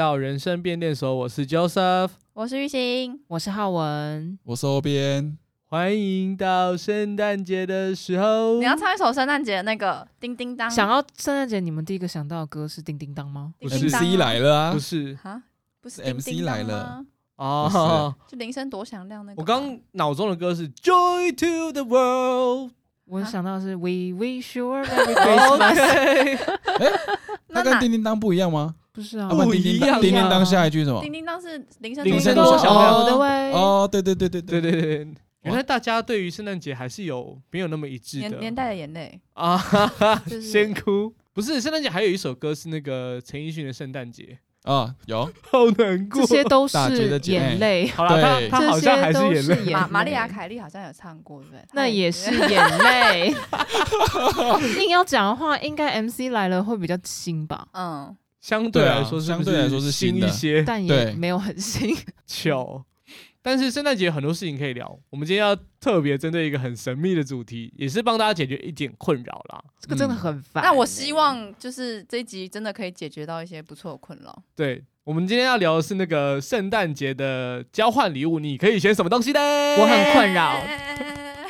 到《人生变电所》，我是 Joseph，我是玉兴，我是浩文，我是欧边，欢迎到圣诞节的时候。你要唱一首圣诞节的那个叮叮当，嗯想要圣诞节，你们第一个想到的歌是《叮叮当》吗？不是，MC 来了啊不！是啊？不是是 MC 叮叮当来了吗，哦，就铃声多响亮那个吧。我刚脑中的歌是《Joy to the World 我啊想到的是 We wish you a merry》Christmas， ，OK，那那跟哪叮叮当不一样吗？不是啊啊，不，不叮一叮样当，叮叮啊当 下一句是什么叮？叮当是铃声铃声多多响亮我的喂，哦，对对对对对对，对对对。原来大家对于圣诞节还是有没有那么一致年年的代的眼泪，啊？哈哈就是先哭不是圣诞节，还有一首歌是那个陈奕迅的《圣诞节啊，有》，好难过这。些都哦大姐是的姐妹眼 泪，好了，对他他好像还是这眼些都泪是。眼玛泪。玛丽亚凯莉好像有唱过，对不对？那 也是她眼泪。硬要讲的话，应该 MC 来了会比较新吧，嗯，相对来说对啊是不相对来说是新新的一些但也对没有很新。嗯巧。但是圣诞节有很多事情可以聊，我们今天要特别针对一个很神秘的主题，也是帮大家解决一点困扰啦。这个真嗯的很烦欸。那我希望就是这一集真的可以解决到一些不错的困扰。对，我们今天要聊的是那个圣诞节的交换礼物，你可以选什么东西嘞？我很困扰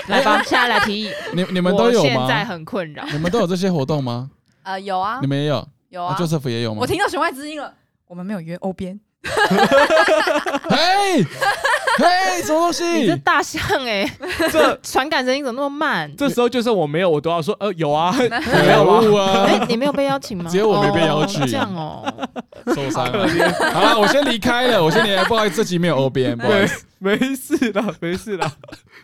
来吧，下来提议。你你们都有我现在吗？很困扰。你们都有这些活动吗？呃，有啊你，们也有？有那啊， Joseph 也有吗？我听到弦外之音了。我们没有约欧边，嘿， 嘿，什么东你这西？大象哎、这传感神经怎么那么慢？这时候就算我没有，我都要说呃有 啊，没有啊哎、，你没有被邀请吗？只有我没被邀请哦这样哦，受伤了。好了，我先离开了，我先离开，不好意思，这集没有 O B N，不好意思。没事啦，没事啦。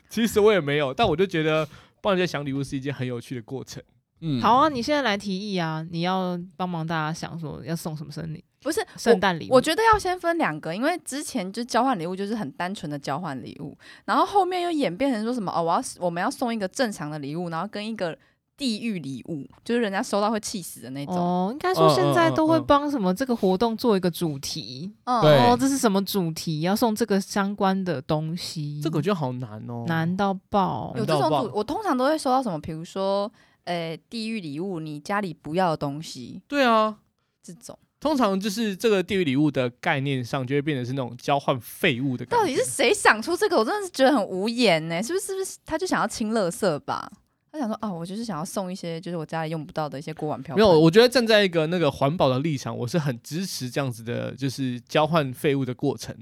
其实我也没有，但我就觉得帮人家想礼物是一件很有趣的过程。嗯，好啊，你现在来提议啊，你要帮忙大家想说要送什么生日不是圣诞礼物。我觉得要先分两个，因为之前就交换礼物就是很单纯的交换礼物，然后后面又演变成说什么哦，我要我们要送一个正常的礼物，然后跟一个地狱礼物，就是人家收到会气死的那种。哦，应该说现在都会嗯嗯嗯嗯帮什么这个活动做一个主题嗯对哦，这是什么主题？要送这个相关的东西，这个就好难哦，嗯难到爆。有有这到种爆主，我通常都会收到什么，比如说呃地狱礼物，你家里不要的东西对啊。这种，通常就是这个地狱礼物的概念上，就会变成是那种交换废物的感觉。到底是谁想出这个？我真的是觉得很无言呢、是不是？是不是他就想要清垃圾吧？他想说啊，我就是想要送一些，就是我家里用不到的一些锅碗瓢没盆。有？我觉得站在一个那个环保的立场，我是很支持这样子的，就是交换废物的过程。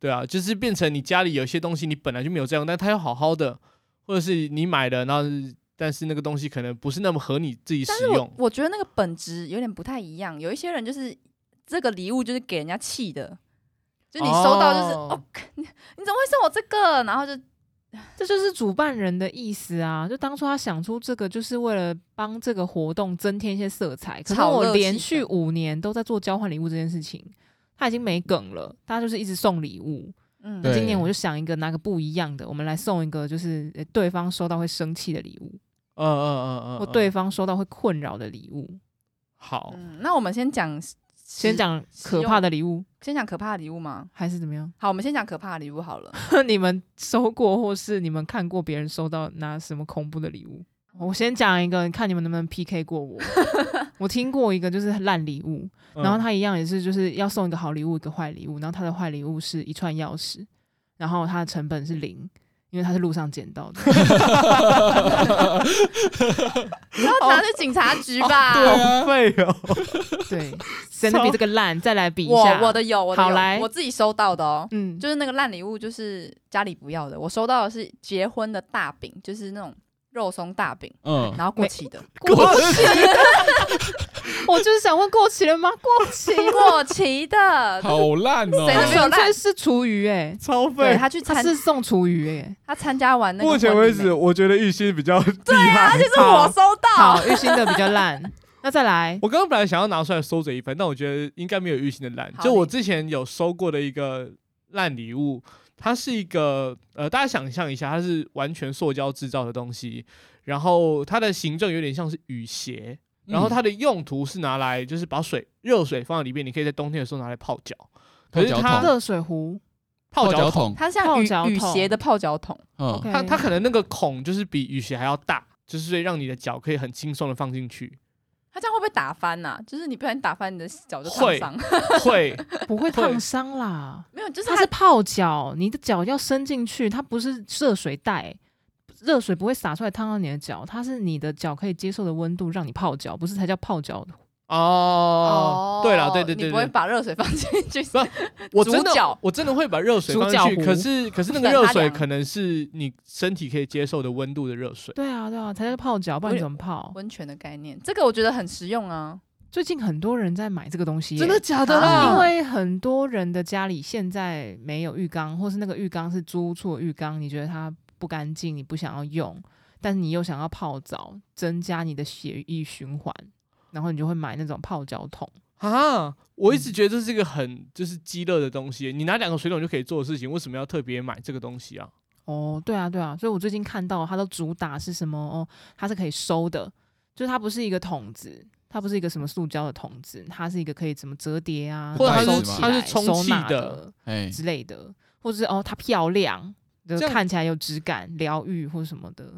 对啊，就是变成你家里有些东西你本来就没有这样，但它又好好的，或者是你买了，然后是但是那个东西可能不是那么合你自己但使是我用。我觉得那个本质有点不太一样。有一些人就是这个礼物就是给人家气的，就你收到就是哦哦 你你怎么会送我这个？然后就这就是主办人的意思啊！就当初他想出这个，就是为了帮这个活动增添一些色彩。可是炒热我气连续氛五年都在做交换礼物这件事情，他已经没梗了，大家就是一直送礼物。嗯，对今年我就想一个拿个不一样的，我们来送一个就是呃对方收到会生气的礼物，嗯嗯嗯嗯，或嗯对方收到会困扰的礼物。好，嗯，那我们先讲先讲可怕的礼物先讲可怕的礼物吗？还是怎么样？ 好，我们先讲可怕的礼物好了。你们收过或是你们看过别人收到拿什么恐怖的礼物？我先讲一个，看你们能不能 PK 过我。我听过一个就是烂礼物，然后嗯他一样也是就是要送一个好礼物，一个坏礼物，然后他的坏礼物是一串钥匙，然后它的成本是零，因为它是路上捡到的。然后拿去警察局哦吧。对啊好， 废哦，对，谁能比这个烂？再来比一下。我我的有，我的好有来我自己收到的哦。嗯，就是那个烂礼物，就是家里不要的。我收到的是结婚的大饼，就是那种肉松大饼，嗯，然后过期的。过期了。我就是想问，过期了吗？过期了。过期的，好烂哦谁。能比我这烂这是厨余哎、 超 对废。他去他参是送厨余哎、他参加完那个目前婚礼为没止，我觉得玉鑫比较厉害。这是我收到，好，玉鑫的比较烂，那再来 我刚刚本来想要拿出来收着一份，但我觉得应该没有玉鑫的烂。好就我你之前有收过的一个烂礼物，它是一个呃，大家想象一下，它是完全塑胶制造的东西，然后它的形状有点像是雨鞋，然嗯后它的用途是拿来就是把水热水放在里面，你可以在冬天的时候拿来泡脚。可是泡脚它桶热水壶。泡脚桶，桶，它泡像雨脚桶雨鞋的泡脚桶，嗯 OK，它它可能那个孔就是比雨鞋还要大，就是所以让你的脚可以很轻松的放进去。他这样会不会打翻呐、就是你不小心打翻，你的脚就烫会伤。会不会会烫伤啦。没有，就是它他是泡脚，你的脚要伸进去，它不是热水袋，热水不会洒出来烫到你的脚，它是你的脚可以接受的温度让你泡脚，不是才叫泡脚。哦，对了，对对你对不会对，把热水放进去，不我真的煮脚我真的会把热水煮放脚进去，壶可是可是那个等热它水凉可能是你身体可以接受的温度的热 水。对啊，对啊，才叫泡脚，不然有你点怎么泡？温泉的概念，这个我觉得很实用啊。最近很多人在买这个东西耶，欸真的假的啊啦？因为很多人的家里现在没有浴缸，或是那个浴缸是租处的浴缸，你觉得它不干净，你不想要用，但是你又想要泡澡，增加你的血液循环，然后你就会买那种泡脚桶。啊，我一直觉得这是一个很就是鸡肋的东西，你拿两个水桶就可以做的事情，为什么要特别买这个东西啊？哦，对啊，对啊，所以我最近看到它都主打是什么哦，它是可以收的，就是它不是一个桶子。它不是一个什么塑袋的桶子，它是一个可以怎么折叠啊，或者它是收起它是来充收气纳的的哎，之类的，或者是哦它漂亮，就这样看起来有质感、疗愈或什么的。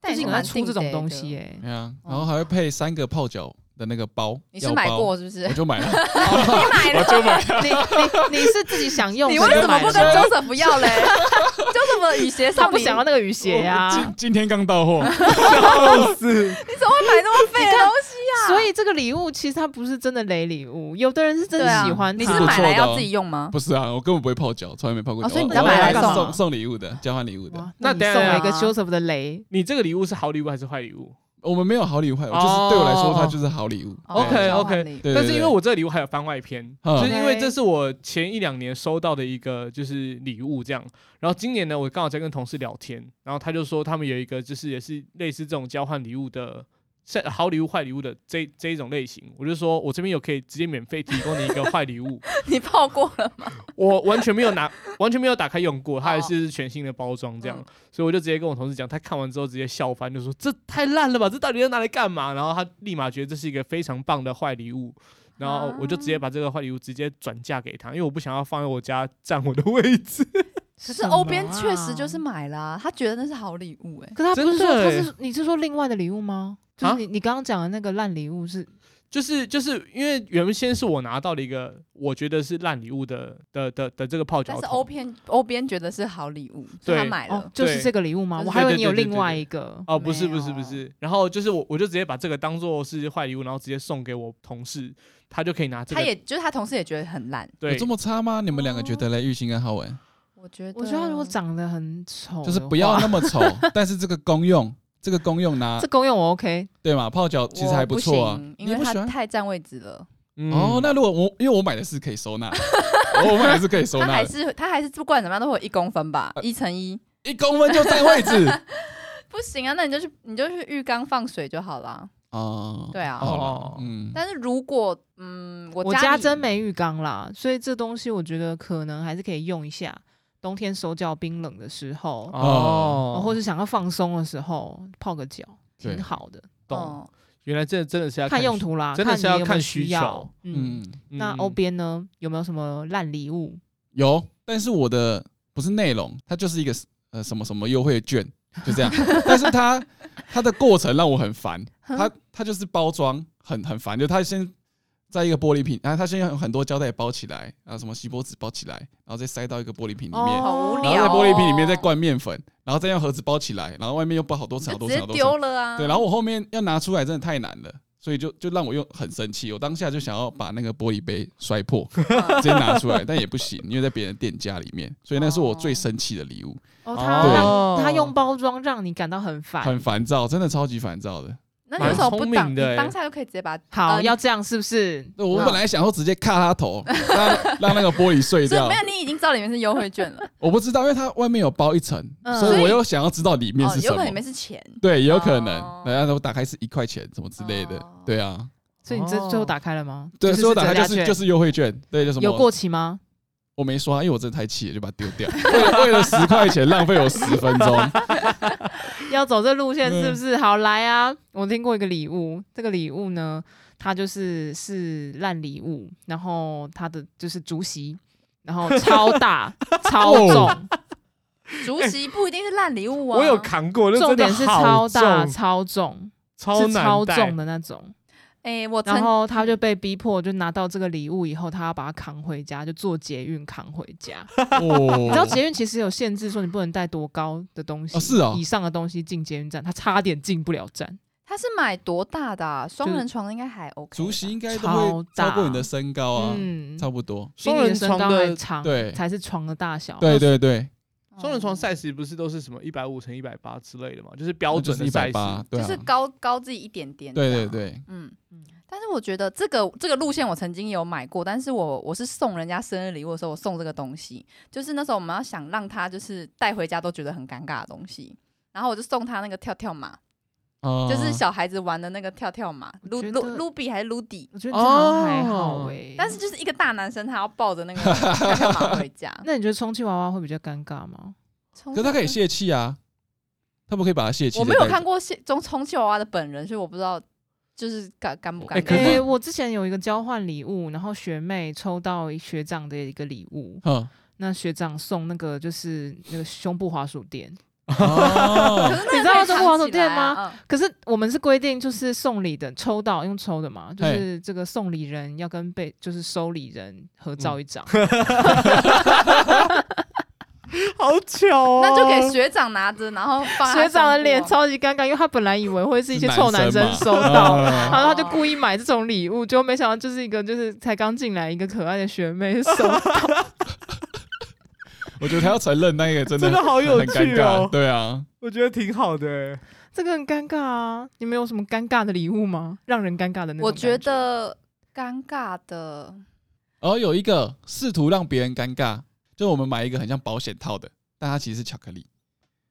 但最是近有在蛮出这种东西耶、哎、 对啊，然后还会配三个泡脚的那个包，嗯你是药买包过是 不是？我你就买了， 买了， 你你你是自己想用，你所以为就什么买不了跟 Joseph 要 嘞？Joseph 雨鞋他上不想要那个雨鞋呀、啊 我今今天刚到货，你怎么 会买那么废的东西啊？所以这个礼物其实它不是真的雷礼物，有的人是真对啊的喜欢你它。是不 买错来的要哦自己用吗？不是啊，我根本不会泡脚，从来没泡过哦脚，所以你我要我买来是送啊送送礼物的，交换礼物的。哇那啊你等一送下了一个等一下 Joseph 的雷，你这个礼物是好礼物还是坏礼物？我们没有好礼坏，哦就是对我来说，它就是好礼物。哦 OK，交 OK 换礼对，对但是因为我这个礼物还有番外篇，嗯就是因为这是我前一两年收到的一个就是礼物这样。然后今年呢，我刚好在跟同事聊天，然后他就说他们有一个就是也是类似这种交换礼物的。是好礼物、坏礼物的这这一种类型，我就说我这边有可以直接免费提供你一个 坏礼物，你泡过了吗？我完全没有拿， 完全没有打开用过，它还是全新的包装这样，嗯所以我就直接跟我同事讲，他看完之后直接笑翻，就说这太烂了吧，这到底要拿来干嘛？然后他立马觉得这是一个非常棒的坏礼物，然后我就直接把这个坏礼物直接转嫁给他，因为我不想要放在我家占我的位置。 可可是欧边确实就是，买啦、他觉得那是好礼物哎、啊可是他不是真说的他欸是你是说另外的礼物吗？就啊是你你刚刚讲的那个烂礼物是就是就是因为原先是我拿到了一个我觉得是烂礼物的的的的这个泡但脚是欧桶，边欧边觉得是好礼物，所以他对买了。哦，就是对这个礼物吗？就是我还以为你有对对对另外一个。哦，不是没不有啊是不是，然后就是我我就直接把这个当做是坏礼物，然后直接送给我同事，他就可以拿这他个也就是他同事也觉得很烂，对有这么差吗？你们两个觉得嘞？玉兴跟浩文我觉得我觉得他如果啊长得很哦丑的话，就是不要那么丑， 但是这个公用，这个公用拿这公用我 OK，对嘛？泡脚其实还不错啊行。因你为不他喜欢？太占位置了，嗯哦，那如果我因为我买的是可以收 纳的，哦我买的是可以收他纳还的，是他还是不管怎么样都会有一公分吧，呃一乘一一公分就占位置 不行啊，那你就去你就去浴缸放水就好啦。哦。对啊，好哦了，嗯，但是如果嗯，我我家家里真没浴缸啦，所以这东西我觉得可能还是可以用一下。冬天手脚冰冷的时候，哦，或是想要放松的时候，泡个脚对挺好的。懂。哦，原来真的真的是要看用，途啦，真的是要你有没有看需需求要。嗯，嗯，嗯那欧边呢有没有什么烂礼物？有，但是我的不是内容，它就是一个呃什么什么优惠券，就这样。但是它它的过程让我很烦，它它就是包装很很烦，就它先在一个玻璃瓶，啊然后它先用很多胶带包起来，然后什么锡箔纸包起来，然后再塞到一个玻璃瓶里面，好无然后聊在玻璃瓶里哦面再灌面粉，然后再用盒子包起来，然后外面又包好多层好哦就多直层接好多层丢，了啊。对，然后我后面要拿出来真的太难了。所以就就让我又很生气，我当下就想要把那个玻璃杯摔破，嗯直接拿出来，但也不行，因为在别人店家里面，所以那是我最生气的礼物，哦，他他让让他他用用包装让你感到很烦很。烦躁，真的超级烦躁的。那你为什么不蛮聪当明的你欸当下就可以直接把它好，嗯要这样是不是？那我本来想说直接咔他头，让 让那个玻璃所碎以掉没，有，你已经知道里面是优惠券了，我不知道，因为它外面有包一层，嗯所以我又想要知道里 面哦有是，什可能里么。面是钱，对，也有可能哦，然后我打开是一块钱什么之类的哦，对啊，所以你这哦最后打开了吗？对，就是所以我打开就折价是券就是优惠券，对，就什么有过期吗？我没刷，因为我真的太气了，就把它丢掉，为了为了十块钱浪费我十分 钟，要走这路线是不是？好来啊！我听过一个礼物，这个礼物呢，它就是是烂礼物，然后它的就是竹席，然后超 大超哦重，竹席不一定是烂礼物啊。我有扛过，那重真的点是好超大重超重，超是难超带重的那种。哎、我然曾后他就被逼迫，就拿到这个礼物以后，他要把它扛回家，就坐捷运扛回家。你知道哦，捷运其实有限制，说你不能带多高的东西，哦是哦以上的东西进捷运站，他差点进不了站。他是买多大的、啊？双就人床应该还 OK 吧。竹席应该都会超大超过你的身哦高啊，嗯，差不多。比你双的人身床高的还长，啊对才是床的大小。啊对对对，双人床哦 size 不是都是什么一百五乘一百八之类的嘛，就是那标就准是的一百 size。八，对就啊是高高自己一点点。对这对样，对，嗯嗯。但是我觉得这个这个路线我曾经有买过，但是我我是送人家生日礼物的时候，我送这个东西，就是那时候我们要想让他就是带回家都觉得很尴尬的东西，然后我就送他那个跳跳马，啊就是小孩子玩的那个跳跳马，卢我觉卢得卢比还是卢迪，我觉得这好像还哦好欸诶、但是就是一个大男生，他要抱着那个跳跳 马回 家，那你觉得充气娃娃会比较尴尬吗？可可是他可以。泄气啊，他不可以把它泄气。我没有看，过现中充气娃娃的本人，所以我不知道就是敢敢不敢哎可是诶、我之前有一个交换礼物，然后学妹抽到学长的一个礼物，嗯，那学长送那个就是那个胸部滑鼠垫，可哦，是那个可以你知道中国藏王手起来店啊吗嗯可是我们是规定，就是送礼的抽到用抽的嘛，就嘿是这个送礼人要跟被就是收礼人合照一张， 好巧哦！那就给学长拿着，然 后放在他学长的胸部脸啊超级尴尬，因为他本来以为会是一些是臭男男生生嘛收到，啊然后他就故意买这种礼物，结果没想到就是一个就是才刚进来一个可爱的学妹收到， 我觉得他要承认那个真的真的好有很尴趣尬，哦，对啊，我觉得挺好的 欸。这个很尴尬啊！你们有什么尴尬的礼物吗？让人尴尬的那种？我觉，得尴尬的，然后哦有一个试图让别人尴尬，就是我们买一个很像保险套的，但它其实是巧克力，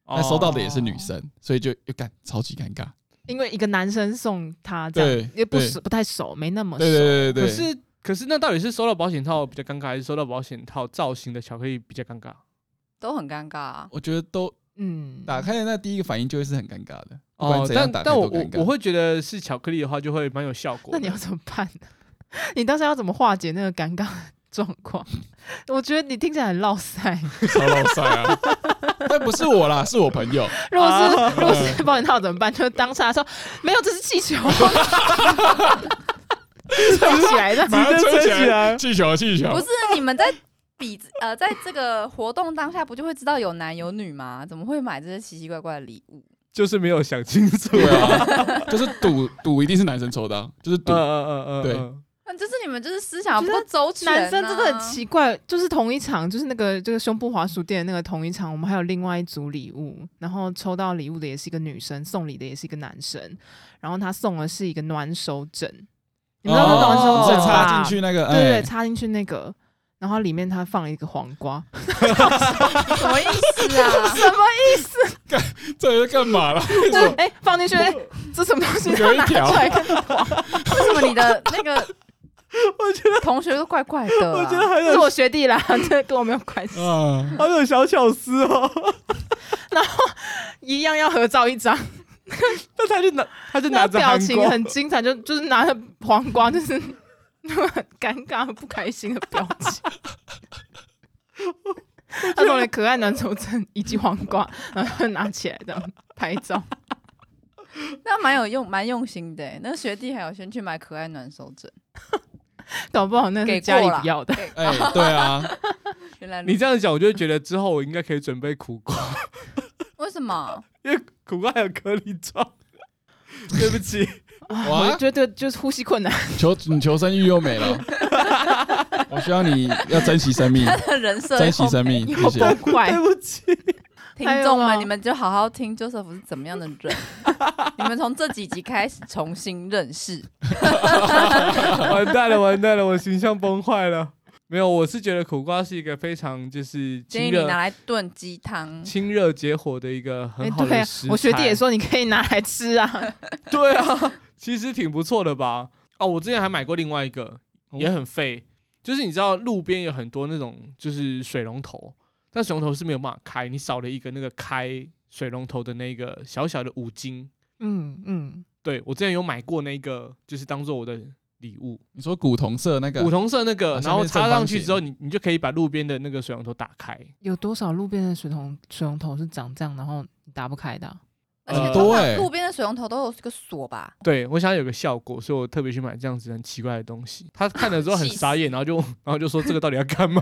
但收到的哦也是女生，所以就又干超级尴尬。因为一个男生送她这对样，也不对熟，不太熟，没那么熟。对对对对，啊可是可是那到底是收到保险套比较尴尬，还是收到保险套造型的巧克力比较尴尬？都很尴尬啊。我觉得都嗯，打开的那第一个反应就会是很尴尬的，不管哦，怎样但打开但我都我尴我尬。会觉得是巧克力的话，就会蛮有效果那的。你要怎么办呢？ 你当时要怎么化解那个尴尬的 状况？我觉得你听起来很落塞。 超老帅啊！但不是我啦，是我朋友。如果是、啊如果嗯是保险套怎么办？就是当下说没有，这是气球， 吹起来的。直接吹吹起起来来，气球，啊气球不是你们在比 呃，在这个活动当下不就会知道有男有女吗？怎么会买这些奇奇怪怪的礼物？就是没有想清楚。对啊，就是赌赌一定是男生抽到，就是 赌嗯，嗯嗯嗯，对嗯嗯，就是你们就是思想我不觉得够周全、啊男生真的很。 奇怪，就是同一场，就是那个这个胸部滑鼠店的那个同一场，我们还有另外一组礼物，然后抽到礼物的也是一个女生，送礼的也是一个男生，然后他送的是一个暖手枕，你们知道那哦暖手枕是吧插进去那个，啊对对哎对，，插进去那个，然后里面它放了一个黄 瓜，什么意思啊？ 什么意思？这是干嘛啦？就是哎、放进去，哎、这什么东西？有一条 拿出来看为什么你的那个 我觉得同学都怪怪的、我啊？觉得很这是有我学弟啦， 这跟我没有关系，啊，好有小巧思哦。一样要合照一张。那他就拿他就那拿个着表韩情国很精彩，就就是拿着黄瓜，就是那种很尴尬、不开心的表情。 他送了可爱男手枕以及黄瓜，然后拿起来这样拍照。那蛮有用，蛮用心的欸。那个学弟还有先去买可爱暖手枕，搞不好那是家里不要的，对，哎，对啊，原来如你此这样讲，我就会觉得之后我应该可以准备苦瓜， 为什么？因为苦瓜还有颗粒 状。对不起，哇我觉得就是呼吸困难。求你求生欲又没了。我希望你要珍惜生命，他的人设珍惜后生命，谢又谢崩。坏 对，不起，听众还有吗们，你们就好好听 Joseph 是怎么样 的人，你们从这几集开始重新认识。完蛋了，完蛋了，我形象崩坏了。没有，我是觉得苦瓜是一个非常就是建清议你热拿来炖鸡汤，清热解火的一个很哎好对的啊食材。我学弟也，说你可以拿来吃啊。 对啊，其实挺不错的吧？哦，我之前还买过另外一个，哦也很废，就是你知道路边有很多那种就是水龙头，但水龙头是没有办法开，你少了一个那个开水龙头的那个小小的五金。 嗯嗯，对我之前有买过那个，就是当做我的礼物，你说古铜色那个古，铜色那个啊，然上后面正插方上去形之后，你你就可以把路边的那个水龙头打开。有多少路边的水桶水龙头是长这样，然后你打不开的啊、而且很通多常欸路边的水龙头都有个锁吧？对我想要有个效果，所以我特别去买这样子很奇怪的东西。他看了之后很气死傻眼，然后就 然后就说这个到底要干 嘛？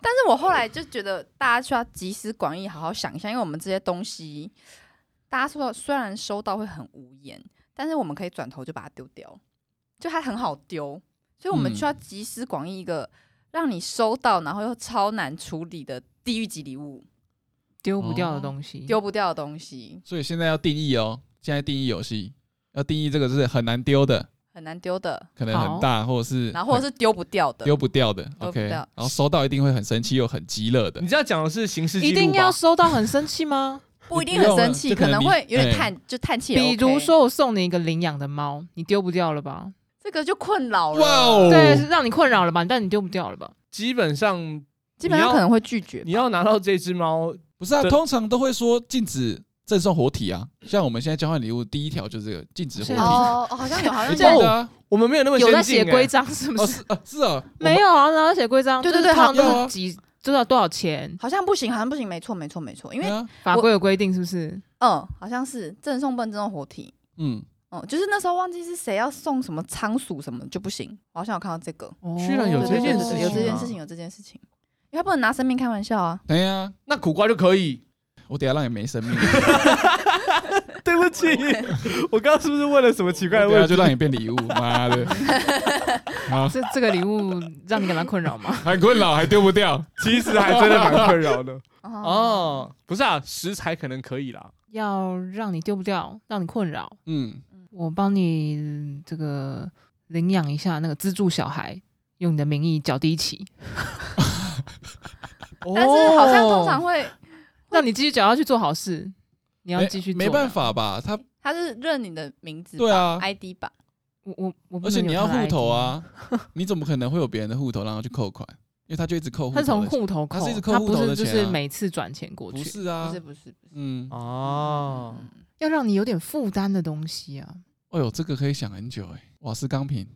但是我后来就觉得大家需要集思广益，好好想一下，因为我们这些东西，大家说虽然收到会很无言，但是我们可以转头就把它丢掉，就它很好丢，所以我们嗯需要集思广益一个让你收到然后又超难处理的地狱级礼物，丢不掉的哦东西，丢不掉的东西，所以现在要定义哦，现在定义游戏要定义这个是很难丢的，很难丢的，可能好很大，或者是然后或者是丢不掉的，丢不掉的不 o k 掉然后收到一定会很生气又很激乐的你，这样讲的是刑事记一录吧？定要收到很生气吗？不一定很生气，就可可能能会有点哎叹，就叹气也 OK。比如说我送你一个领养的猫，你丢不掉了吧？这个就困扰了，哦对，是让你困扰了吧？但你丢不掉了吧？基本上基本上你要可能会拒绝吧。你要拿到这只猫，不是啊，对通常都会说禁止赠送活体啊，像我们现在交换礼物第一条就是这个禁止活是体，哦，哦好像有， 好你像记这样有。得啊？我们没有那么有先在进写欸规章是不哦是？是啊是啊，没有啊，然后写规章，对就是对对通常好都要是啊几，知道多少钱，好像不行，好像不行，没错，没错，没错，因我们，为对啊法我规有规定是不是？嗯，好像是赠送不能赠送活体，嗯，嗯，就是那时候忘记是谁要送什么仓鼠什么就不行，我好像有看到这个，居然有对这对件对事对情有这件啊事情，有这件事情，因为他不能拿生命开玩笑啊，对呀，那苦瓜就可以。我等一下让你没生命， 对不 起，我刚刚是不是问了什么奇怪的对啊问就题？让你 变礼物，妈的，啊，这这个礼物让你感到困扰吗？很困扰还丢不掉，其实还真的蛮困扰的。哦， 哦，不是啊，食材可能可以啦。要让你丢不掉，让你困扰，嗯，我帮你嗯这个领养一下那个资助小孩，用你的名义缴第一期，哦但是好像通哦常会，让你继续缴下去做好事，你要没继续做没办，法吧？他他是认你的名字吧，对啊 i d 吧，我我我不而且能你有要他的户头 ID 啊，你怎么可能会有别人的户头让他去扣款？因为他就一直扣户他头是从的钱，户头扣，他是一直扣户不头是的就钱啊是每次转钱过不去，是啊不是，不是不是，嗯，哦，嗯要让你有点负担的东西啊。哎呦，这个可以想很久哎、瓦斯钢瓶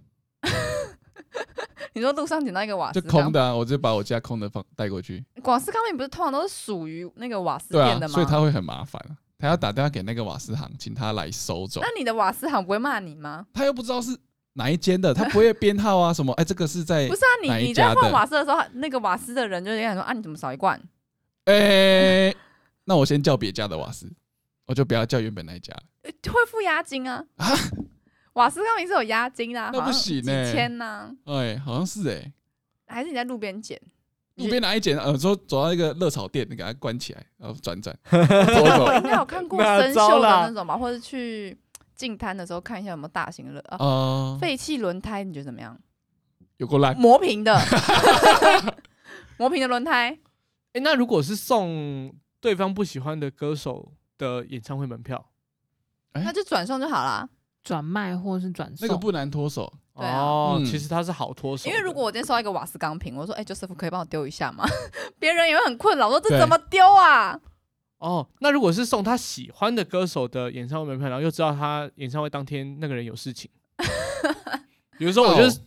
你说路上捡到一个瓦斯就钢空，的、啊，我就把我家空的放带过去，瓦斯钢瓶不是通常都是属于那个瓦斯对店啊的，吗？所以他会很麻烦、他要打电话给那个瓦斯行，请他来收走那，你的瓦斯行不会骂你吗？他又不知道是哪一间的，他不会编号啊，什么哎、这个是在不是啊，哪你一你在家的换瓦斯的时候，那个瓦斯的人就跟你说啊，你怎么少一罐？哎、那我先叫别家的瓦斯，我就不要叫原本那一家了，呃会付押金啊。瓦斯钢瓶是有押金的、啊，那不行好像欸几千呢、哎、好像是哎、还是你在路边捡？你路是边哪一间？呃，说走到一个热炒店，你给它关起来，然后转转，走一走。应该有看过那生糟锈的了那种吧，或者去进摊的时候看一下有没有大型的啊。啊，废弃轮胎你觉得怎么样？有够烂，磨平的，磨平的轮胎，哎，那如果是送对方不喜欢的歌手的演唱会门票，哎那就转送就好啦。转卖或是转送，那个不难脱手。对啊哦嗯，其实它是好脱手因的。为如果我今天收到一个瓦斯钢瓶，我说：“哎、j o s e p h 可以帮我丢一下吗？” 别人也会很困扰，说这对怎么丢啊？哦，那如果是送他喜欢的歌手的演唱会门票，然后又知道他演唱会当天那个人有事 情，比如说我哦就是，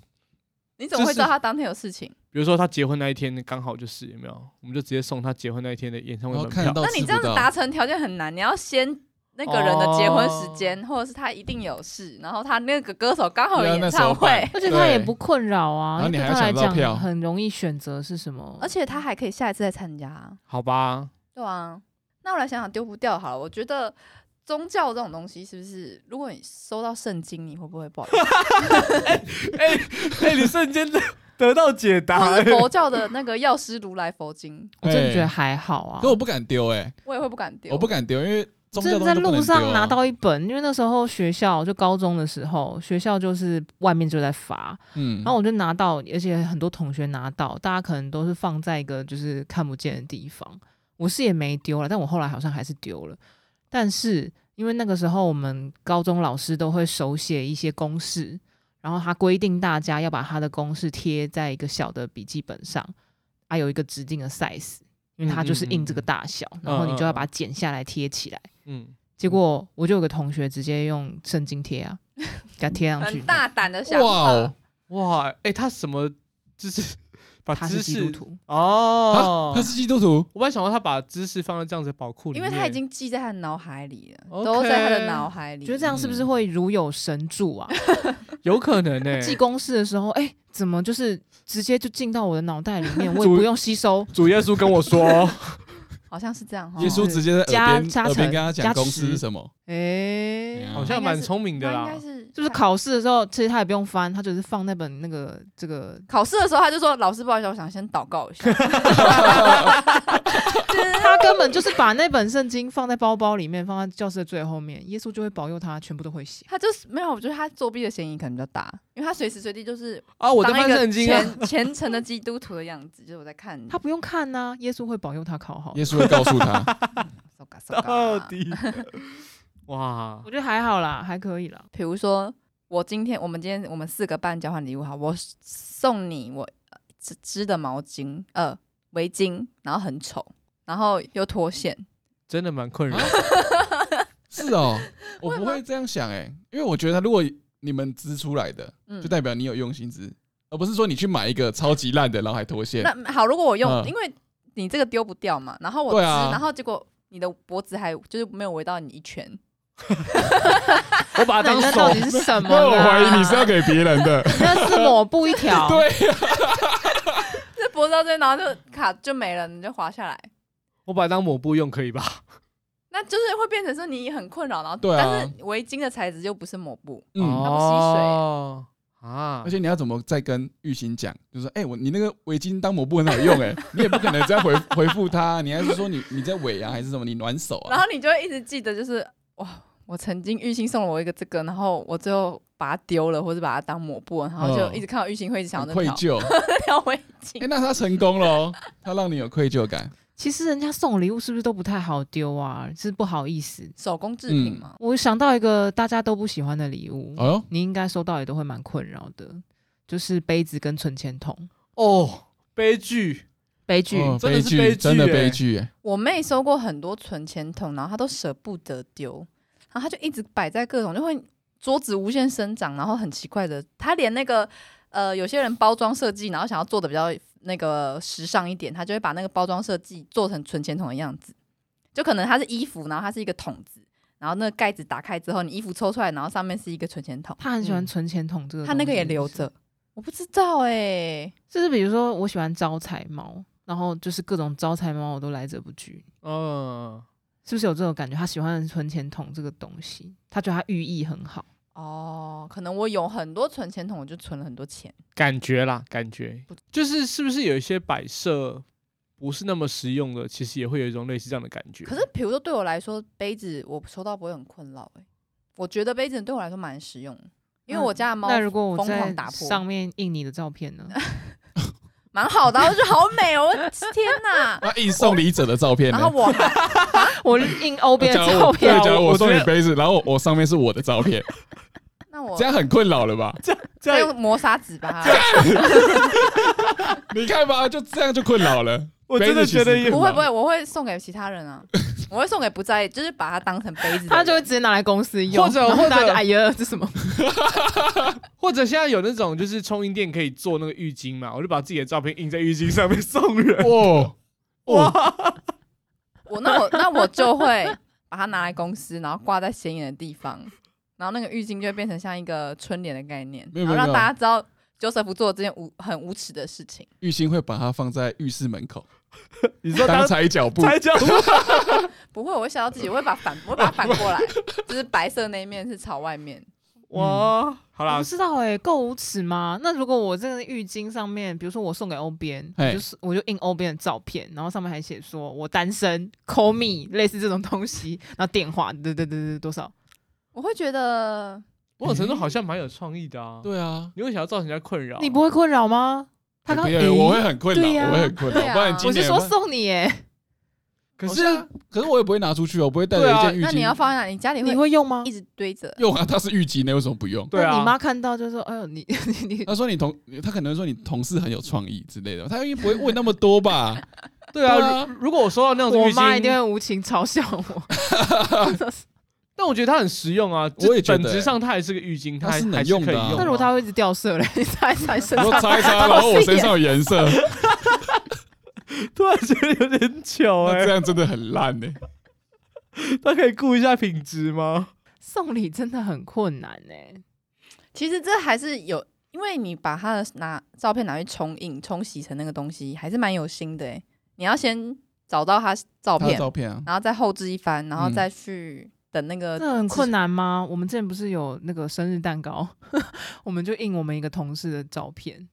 你怎么就会是知道他当天有事情？比如说他结婚那一天刚好就是有没有，我们就直接送他结婚那一天的演唱然会后门看票。到那你吃这样子不到，达成条件很难，你要先那个人的结婚时间，或者是他一定有事，然后他那个歌手刚好有哦对啊演唱那时会候，而且他也对不困扰啊，然后因为你对还要他来抢到票讲很容易选择是什么， 而且他还可以下一次再参加。好吧，对啊，那我来想想丢不掉好了。我觉得宗教这种东西是不是，如果你收到圣经，你会不会不好意 思？哎、哎、你瞬间得得到解答、或哎是佛教的那个药师如来佛经，我真的觉得哎，还好啊可。我不敢丢哎，我也会不敢丢。我不敢丢，因为宗教真东的西在都不路能丢啊上拿到一本，因为那时候学校就高中的时候，学校就是外面就在发，嗯，然后我就拿到，而且很多同学拿到，大家可能都是放在一个就是看不见的地方。我是也没丢了，但我后来好像还是丢了。但是因为那个时候我们高中老师都会手写一些公式，然后他规定大家要把他的公式贴在一个小的笔记本上，还、有一个指定的 size，因嗯为它就是印这个大小，然后你就要把它剪下来贴起来。嗯，结果我就有个同学直接用圣经贴啊，给它贴上去很。大胆的想哇法哦，，哇，哎、他什么就是 把他是知基督识徒，哦啊，他，是基督徒，我本来想到他把知识放在这样子的宝库里因面，为他已经记在他的脑海里了 OK 都在他的脑海里。觉得这样是不是嗯会如有神助啊？有可能呢、记公式的时候，哎、怎么就是直接就进到我的脑袋里面，我也主不用吸收，主耶稣跟我 说，好像是这样哈，耶稣直接在耳边哦加加耳边成跟他讲加公司持是什么，哎、好嗯像蛮聪明的他应啦该。是就是他考试的时候，其实他也不用翻，他只是放那本那个这个考试的时候，他就说：“老师，不好意思，我想先祷告一下。 他根本就是把那本圣经放在包包里面，放在教室的最后面，耶稣就会保佑他全部都会写”。他就是没有，我觉得他作弊的嫌疑可能比较大，因为他随时随地就是啊，我在当一翻个圣经啊，虔虔诚的基督徒的样子，就是我在 看他不用看呐、耶稣会保佑他考好。耶稣会告诉 他，搜嘎 搜嘎到底 哇我，觉得还好啦，还可以啦。比如说，我今天我们今天我们四个半交换礼物好，我送你我呃织织的毛巾，呃，围巾，然后很丑，然后又脱线，真的蛮困扰啊。是哦，我不会这样想哎、因为我觉得如果你们织出来的，嗯就，代表你有用心织，而不是说你去买一个超级烂的，然后还脱线。那好，如果我用，嗯因为你这个丢不掉嘛，然后我织，对啊然后结果你的脖子还就是没有围到你一圈，我把它当那你那手到底是 什么啦？给别人的，那是抹布一条。对，这 脖子到这边，然后就卡就没了，你就滑下来，我把它当抹布用可以吧？那就是会变成说你很困扰，然后对啊但是围巾的材质又不是抹布， 嗯，它不吸水哦啊而，且你要怎么再跟玉兴讲？就是说，哎、我你那个围巾当抹布很好用、哎， 你也不可能再回回复他，你还是说你你在尾啊，还是什么？你暖手然啊？后你就会一直记得，就是哇，我曾经玉兴送了我一个这个，然后我最后把它丢了，或者把它当抹布，然后就嗯一直看到玉兴会一直想要很那愧条疚， 那条围哎、 巾。那他成功了哦，他让你有愧疚感。其实人家送礼物是不是都不太好丢啊？是不好意思。手工制品嗯嘛，我想到一个大家都不喜欢的礼物，哎呦，你应该收到也都会蛮困扰的，就是杯子跟存钱筒。哦，悲剧，悲剧，哦真的是悲剧，剧真的哎悲剧、哎我妹收过很多存钱筒，然后她都舍不得丢，然后她就一直摆在各种，就会桌子无限生长，然后很奇怪的，她连那个呃，有些人包装设计，然后想要做的比较那个时尚一点，她就会把那个包装设计做成存钱筒的样子，就可能它是衣服，然后它是一个筒子，然后那个盖子打开之后，你衣服抽出来，然后上面是一个存钱筒，他很喜欢嗯存钱筒这个，她那个也留着。我不知道哎、就是比如说，我喜欢招财猫，然后就是各种招财猫我都来者不拒，嗯，是不是有这种感觉？他喜欢存钱筒这个东西，他觉得它寓意很好。哦，可能我有很多存钱筒，我就存了很多钱。感觉啦，感觉不就是是不是有一些摆设不是那么实用的，其实也会有一种类似这样的感觉。可是，比如说对我来说，杯子我收到不会很困扰哎、我觉得杯子对我来说蛮实用，因为我家的猫那如果我疯在狂打破，上面印你的照片呢？蛮好的啊，我觉得好美哦，我的天 哪！那印送礼者的照片呢哎然后？ 我还我印欧边的假如照我对片，，假如我我送觉你得杯子，然后我上面是我的 照片，那我这样很困扰了吧？这再样用磨砂纸把它， 你看吧，就这样就困扰了。我真的觉得杯子其实也不会不会，我会送给其他人 啊，我会送给不在意，就是把它当成杯子的人，他就会直接拿来公司用，或者然或后者大家就哎呀，这什么？或者现在有那种就是充印店可以做那个浴巾嘛，我就把自己的照片印在浴巾上面送人。哇哇，我那我那我就会把它拿来公司，然后挂在显眼的地方，然后那个浴巾就会变成像一个春联的概念，没有然没后让有没有大家知道 Joseph 做这件无很无耻的事情。玉兴会把它放在浴室门口你说当当踩脚布，才叫不会，我会想到自己，我会把反，我会把它反过来，就是白色那一面是朝外面。哇，好我啦不，知道哎、够无耻吗？那如果我这个浴巾上面，比如说我送给欧边，嘿我就是我就印欧边的照片，然后上面还写说我单身，call me，类似这种东西，然后电话，对对对对，多少？我会觉得某种程度好像蛮有创意的啊。对啊，你会想要造成人家困扰？你不会困扰吗？哎他刚没有，啊我会很困对扰，啊我会很困对扰，啊不然今我是年说我送你哎、可好是像可是我也不会拿出去哦，我不会带着对啊一件浴那你要巾。放在哪里？你家里你会会用吗一？直堆着？用啊，它是浴巾，那为什么不用？对那啊，呃你妈看到就说：“哎呦，你 你你他说你同，他可能会说你同事很有创意之类的，他应该不会问那么多吧？对对啊，啊如如果我收到那种我浴妈一定巾，会无情嘲笑我。但我觉得它很实用啊，我也觉本得质欸上它还是个浴巾，它它还是能还用可以的啊用。那如果 它，会一直掉色嘞？你擦一擦你身啊 我上，擦一擦，然后我身上有颜色，突然觉得有点糗那哎这，样真的很烂欸呢、它可以顾一下品质吗？送礼真的很困难欸呢、其实这还是有，因为你把他的拿照片拿去冲印、冲洗成那个东西，还是蛮有心的诶。你要先找到他照他的片，照片啊，然后再后置一番，然后嗯再去等那个。这很困难吗？我们之前不是有那个生日蛋糕， 我们就印我们一个同事的照片，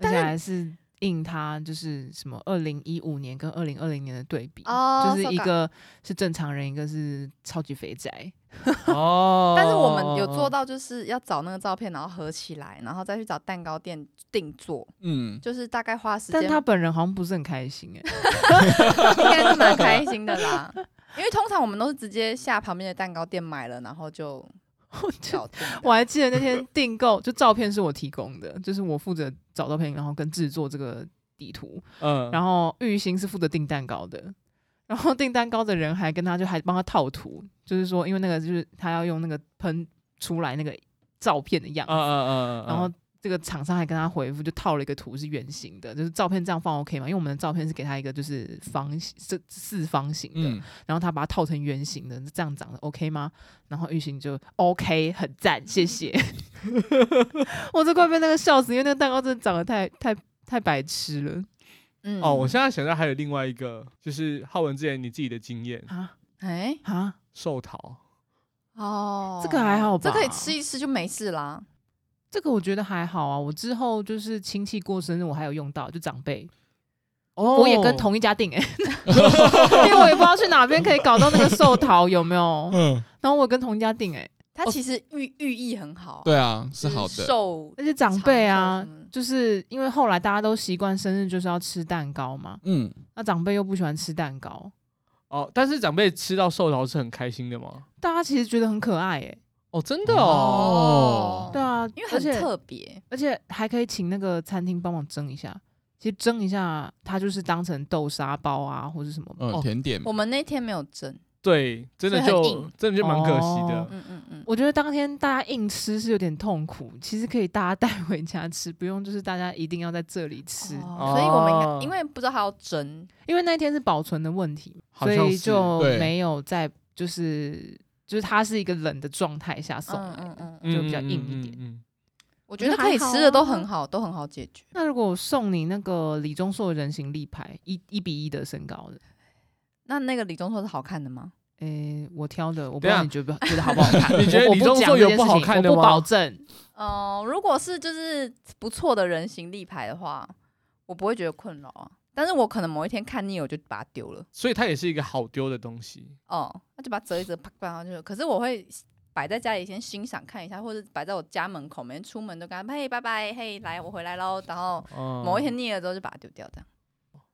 而且还是印他就是什么二零一五年跟二零二零年的对比，哦就是一 so-ka 个是正常人，一个是超级肥宅。 哦 但是我们有做，到，就是要找那个照片，然后合起来，然后再去找蛋糕店定做，嗯，就是大概花时间，但他本人好像不是很开心哎、应该是蛮开心的啦。因为通常我们都是直接下旁边的蛋糕店买了，然后 就我就搞定的。我还记得那天订购，就照片是我提供的，就是我负责找照片，然后跟制作这个地图，嗯，然后玉兴是负责订蛋糕的，然后订蛋糕的人还跟他就还帮他套图，就是说因为那个就是他要用那个喷出来那个照片的样子，嗯嗯嗯嗯，然后这个厂商还跟他回复，就套了一个图是圆形的，就是照片这样放 OK 吗？因为我们的照片是给他一个就是方形这四方形的，嗯，然后他把它套成圆形的，这样长得 OK 吗？然后玉兴就哦 OK，很赞，谢谢。嗯 我都快被那个笑死，因为那个蛋糕真的长得太太太白痴了嗯哦，我现在想到还有另外一个，就是浩文之前你自己的经验，啊哎啊！寿桃，哦，这个还好吧这可以吃一吃就没事啦。这个我觉得还好啊，我之后就是亲戚过生日我还有用到，就长辈。哦我也跟同一家订哎、因为我也不知道去哪边可以搞到那个寿桃有没有，嗯，然后我也跟同一家订哎、它其实寓寓意很好，对啊，是就是好的，瘦而且长辈啊长寿什么的，就是因为后来大家都习惯生日就是要吃蛋糕嘛，嗯，那长辈又不喜欢吃蛋糕，哦，但是长辈吃到寿桃是很开心的吗？大家其实觉得很可爱哎、哦，真的哦，哦对啊，因为而很且特别，而且还可以请那个餐厅帮忙蒸一下。其实蒸一下，它就是当成豆沙包啊，或是什么。嗯，哦甜点，我们那天没有蒸，对，真的所以很就硬真的就蛮可惜哦的。嗯嗯嗯，我觉得当天大家硬吃是有点痛苦，其实可以大家带回家吃，不用就是大家一定要在这里吃，哦所以我们应哦该因为不知道还要蒸，因为那天是保存的问题，好所像以是就对没有在就是就是它是一个冷的状态下送来嗯的。嗯嗯，就比较硬一点嗯嗯嗯我觉得我觉得可以还好吃的都啊很好，都很好解决。那如果我送你那个李钟硕的人形立牌，一一比一的身高的，那那个李钟硕是好看的吗？诶、我挑的，我不等知一道下你觉不 觉得好不好 看？嗯你觉得我我李不钟讲硕这有件不事好情看的我不吗保证。哦、如果是就是不错的人形立牌的话，我不会觉得困扰啊。但是我可能某一天看腻了，我就把它丢了。所以它也是一个好丢的东西。哦，那就把它折一折，啪，然后就。可是我会摆在家里先欣赏看一下，或者摆在我家门口，每天出门都跟他嘿拜拜嘿来我回来喽，然后嗯，某一天腻了之后就把它丢掉，这样。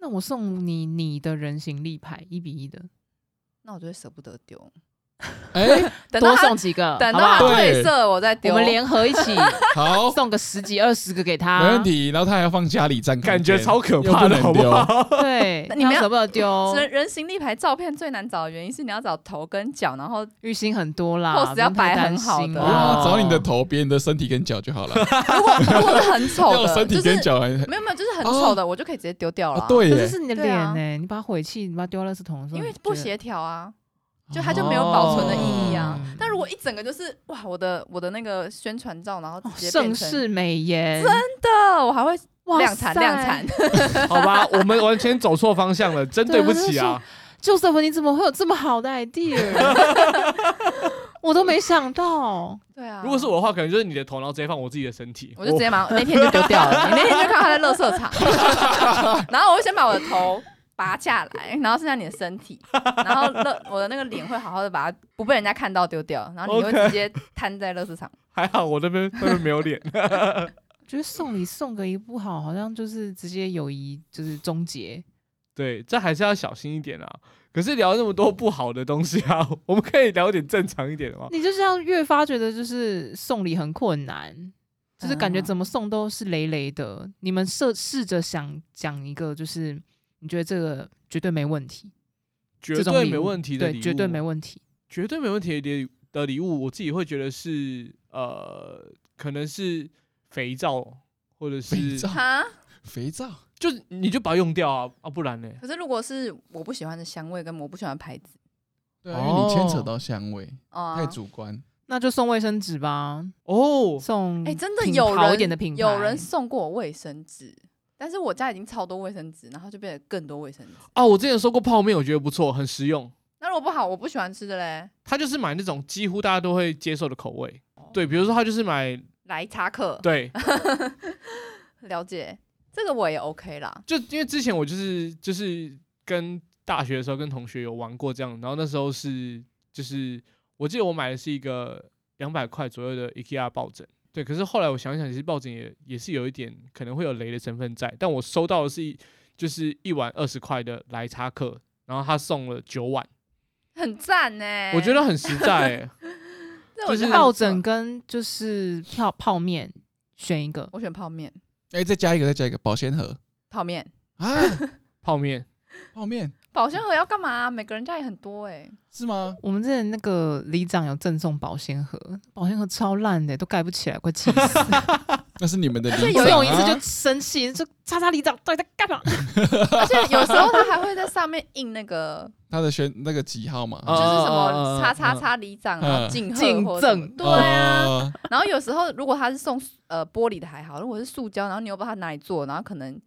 那我送你你的人形立牌，一比一的，那我就会舍不得丢，哎、等到多它送几个，等好到它不好？褪色了我再我丢。们联合一起 好，送个十几二十个给他，没问。题。然后他还要放家里占空 间，感觉超可怕的，又好不不能丢好？ 对， 那你们他要舍不得丢，人人形立牌照片最难找的原因是你要找头跟脚，然后玉心很多啦 pose 要不太摆担很好心的啦哇，啊找你的头，别人的身体跟脚 就好了。如果如果是很丑 要的，身体就是跟脚还 没有没有，就是很丑的，我就可以直接丢掉了啊啊。对可是耶，是你的对脸啊呢、你把它毁弃，你把它丢到垃圾桶的时候，因为你不觉得协调啊，就它就没有保存的意义啊。哦但如果一整个就是哇，我的我的那个宣传照，然后直哦接盛变成世美颜，的，我还会哇量产塞量产。好吧，我们完全走错方向了，真对不起啊！ ，Joseph，你怎么会有这么好的 idea？我都没想到，对啊，如果是我的话，可能就是你的头，然后直接放我自己的身体。我就直接把那天就丢掉了。你那天就看他在垃圾场，然后我就先把我的头拔下来，然后剩下你的身体，然后乐我的那个脸会好好的把它不被人家看到丢掉，然后你会 OK 直接摊在垃圾场。还好我 那边那边没有脸。 觉得送礼送个一不好，好像就是直接友谊就是终结。对，这还是要小心一点啊。可是聊那么多不好的东西啊， 我们可以聊点正常一点的吗？你就这样越发觉得就是送礼很困难，就是感嗯觉啊怎么送都是累累的。你们试试着想讲一个，就是你觉得这个绝对没问题，绝这种对礼没物问题的对，礼物，绝对没问题。绝对没问题的礼的礼物，我自己会觉得是呃，可能是肥皂或者肥是皂哈，肥皂，就是你就把它用掉啊啊，不然呢？可是如果是我不喜欢的香味跟我不喜欢的牌子对啊，因为你牵扯到香味，哦，太主观。那就送卫生纸吧，哦，送哎、真的嗯品有好人一点的品牌，有人送过我卫生纸，但是我家已经超多卫生纸，然后就变得更多卫生纸。啊，我之前说过泡面，我觉得不错，很实用。那如果不好，我不喜欢吃的嘞，他就是买那种几乎大家都会接受的口味，对，比如说他就是买来查克，对，了解这个我也 OK 啦。就因为之前我就是就是跟大学的时候跟同学有玩过这样，然后那时候是就是我记得我买的是一个两百块左右的 IKEA 抱枕，对，可是后来我想一想，其实抱枕也也是有一点可能会有雷的成分在，但我收到的是一就是一碗二十块的莱茶克，然后他送了九碗，很赞呢、我觉得很实在、欸，这我就是觉得抱很不错枕，跟就是泡泡面选一个，我选泡面，哎，再加一个，再加一个保鲜盒泡面， 啊，泡面泡面保鲜盒要干嘛、啊每个人家也很多哎、是吗？我们之前那个里长有赠送保鲜盒，保鲜盒超烂的，都盖不起来，快气 死！那是你们的所理以有用想一次就啊。生气，就叉叉里长到底在干嘛？而且有时候他还会在上面印那个，他的选那个几号嘛？就是啊什 嗯么叉叉叉里长，然后嗯敬敬贺或什么赠对啊，哦，然后有时候如果他是送呃玻璃的还好，如果是塑胶，然后你又不知道它哪里做，然后可能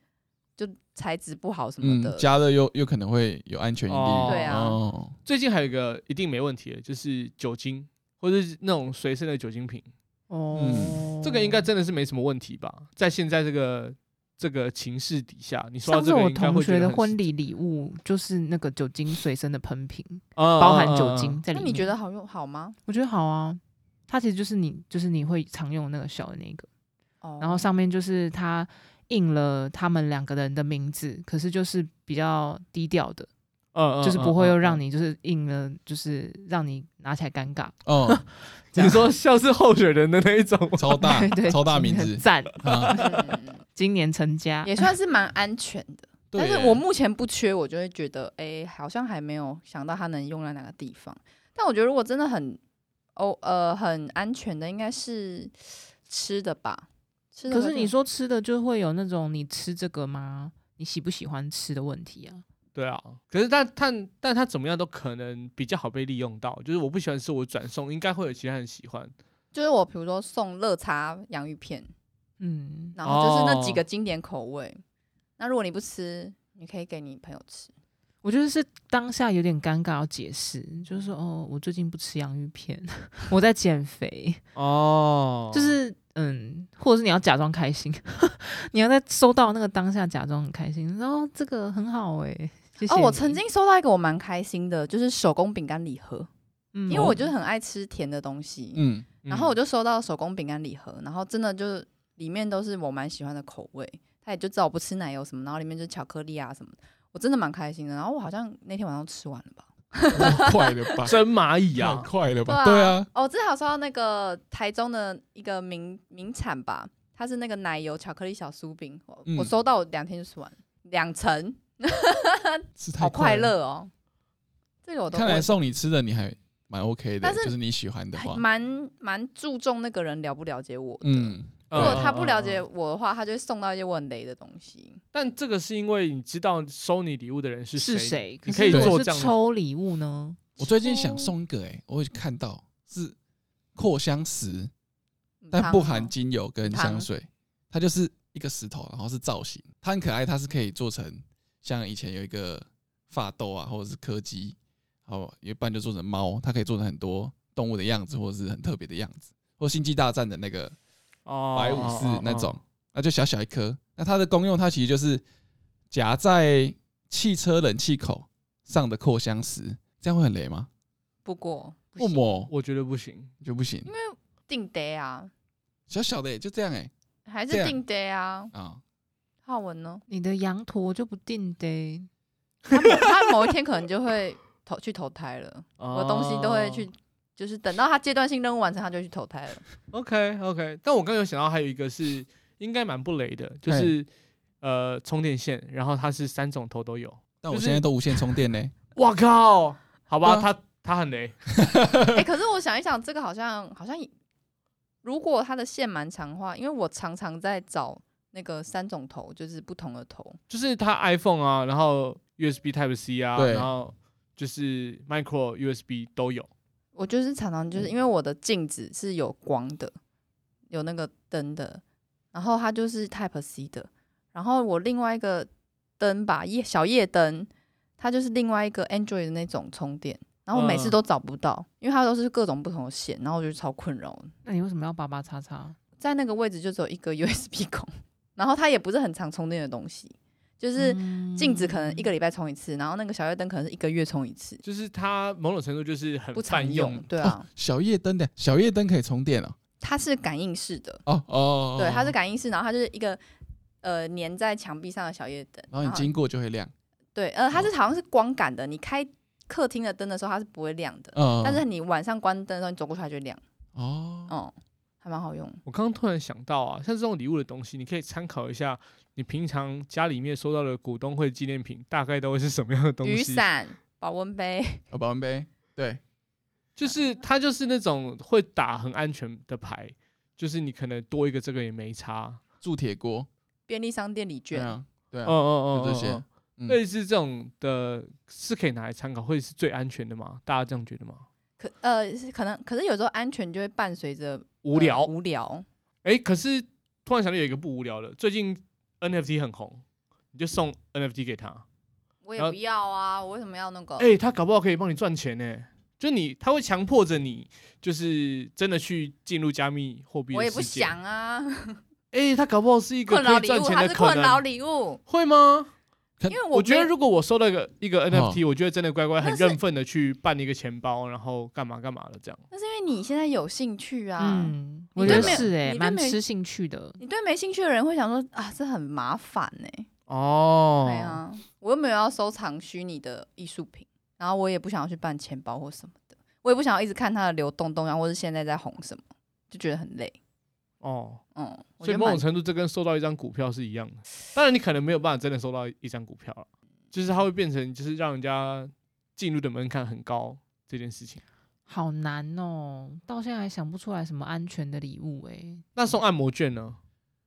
就材质不好什么嗯的。，加热又又可能会有安全疑哦虑。对啊 哦，最近还有一个一定没问题的，就是酒精或者是那种随身的酒精瓶。哦，这个应该真的是没什么问题吧？在现在这个这个情势底下，你说到这上次个我应该同会觉学得的很婚礼礼物就是那个酒精随身的喷瓶，嗯包含酒精。在里那面。你觉？得好用好吗？我觉得好啊，它其实就是你就是你会常用那个小的那个，哦，然后上面就是它印了他们两个人的名字，可是就是比较低调的，嗯嗯，就是不会又让你。你就是印了，就是让你拿起来尴尬。哦，你说像是候选人的那一种吗，超大 对对，超大名很字赞，啊！嗯今年成家也算是蛮安全的。对但耶，是我目前不缺，我就会觉得，哎、好像还没有想到它能用在哪个地方。但我觉得如果真的很哦呃很安全的，应该是吃的吧。吃的可好是像你说吃的就会有那种你吃这个吗？你喜不喜欢吃的问题啊？对啊。可是但但但他怎么样都可能比较好被利用到，就是我不喜欢吃，我转送应该会有其他人喜欢。就是我，比如说送乐茶洋芋片，嗯，然后就是那几个经典口味。那如果你不吃，你可以给你朋友吃。我觉得是当下有点尴尬，要解释，就是说哦，我最近不吃洋芋片， 我在减肥，哦就是嗯，或者是你要假装开心， 你要在收到那个当下假装很开心，然后这个很好哎、谢谢哦，我你曾经收到一个我蛮开心的，就是手工饼干礼盒，嗯因为我就是很爱吃甜的东西，嗯，然后我就收到手工饼干礼盒，然后真的就是里面都是我蛮喜欢的口味，他也就知道我不吃奶油什么，然后里面就是巧克力啊什么的，我真的蛮开心的。然后我好像那天晚上吃完了吧。太 快了 吧？真蚂蚁嗯太啊，快了吧？对对啊啊，哦，我之前有收到那个台中的一个名名产吧，它是那个奶油巧克力小酥饼，我、嗯我收到我两天就吃完两层，是好太快了。乐哦。这个我都看来送你吃的你还蛮 OK 的但，是就是你喜欢的我话，蛮蛮注重那个人了不了解我的。嗯，如果他不嗯了嗯嗯解我的话，他就会送到一些我很雷的东西。但这个是因为你知道收你礼物的人是是谁，谁？你是可以如果做是这样的抽礼物呢？我最近想送一个、欸，我有看到是扩香石，但不含精油跟香水，它就是一个石头，然后是造型，它很可爱，它是可以做成像以前有一个发豆啊，或者是柯基，然后一半就做成猫，它可以做成很多动物的样子，或者是很特别的样子，或星际大战的那个哦白武士那种，那就小小一颗。那它的功用，它其实就是夹在汽车冷气口上的扩香石，这样会很雷吗？不过不么我觉得不行。就不行，定得啊，小小的、欸、就这样哎、还这是样定得啊。啊，浩文呢？你的羊驼就不定的，哦他某他某一天可能就会投去投胎了。我我东西都会哦去，就是等到他阶段性任务完成，他就会去投胎了。 OK OK，但我刚刚有想到还有一个是应该蛮不雷的，就嘿是呃充电线，然后它是三种头都有。但就我是现在都无线充电呢、哇靠！好吧，对啊它他很雷， 哎、可是我想一想，这个好像好像，如果它的线蛮长的话，因为我常常在找那个三种头，就是不同的头。就是他 iPhone 啊，然后 USB Type C 啊，对然后就是 Micro USB 都有。我就是常常就是因为我的镜子是有光的，有那个灯的，然后它就是 Type C 的，然后我另外一个灯吧，夜小夜灯，它就是另外一个 Android 的那种充电，然后我每次嗯都找不到，因为它都是各种不同的线，然后我就超困扰的。那你为什么要八八叉叉？在那个位置就只有一个 USB 孔，然后它也不是很常充电的东西，嗯就是嗯镜子可能一个礼拜充一次，然后那个小夜灯可能是一个月充一次，就是它某种程度就是很不泛常用。对啊，小夜灯的小夜灯可以充电了、它是感应式的，哦哦哦，对，它是哦，感应式，然后它就是一个呃粘在墙壁上的小夜灯，然后你哦经过就会亮，对，呃，它是好像是光感的，你开客厅的灯的时候它是不会亮的，嗯，但是你晚上关灯的时候你走过去它就会亮，哦，哦、还蛮好用。我刚刚突然想到啊，像这种礼物的东西，你可以参考一下，你平常家里面收到的股东会纪念品大概都会是什么样的东雨西？伞、保温杯，哦保温杯，对，嗯就是它就是那种会打很安全的牌，就是你可能多一个这个也没差。铸铁锅，便利商店礼对券，啊，对嗯啊，嗯嗯，就这些嗯嗯嗯类似这种的是可以拿来参考，会是最安全的吗？大家这样觉得吗？可呃是可能可是有时候安全就会伴随着无聊呃，无聊。哎、啊可是突然想到有一个不无聊的，最近 NFT 很红，你就送 NFT 给他，哦我然也后不要啊，我为什么要那个？哎、他搞不好可以帮你赚钱呢、就你，他会强迫着你，就是真的去进入加密货币。我也不。想啊，哎、他搞不好是一个困扰可以礼赚物，钱它的是可困扰能，礼物，会吗？因为我觉得没如果我收到一个一嗯个 NFT，、我觉得真的乖乖很那是认份的去办一个钱包，然后干嘛干嘛的这样。那是因为你现在有兴趣啊，嗯，我你觉得对没有是你哎、对蛮没有吃兴趣的。你对没兴趣的人会想说啊，这很麻烦呢、哦对啊，我又没有要收藏虚拟的艺术品，然后我也不想要去办钱包或什么的，我也不想要一直看它的流动动向，或是现在在红什么，就觉得很累。哦，嗯，我所以觉得某蛮种程度，这跟收到一张股票是一样的。当然，你可能没有办法真的收到一张股票了，啊就是它会变成就是让人家进入的门槛很高这件事情。好难哦、到现在还想不出来什么安全的礼物哎、那送按摩券呢？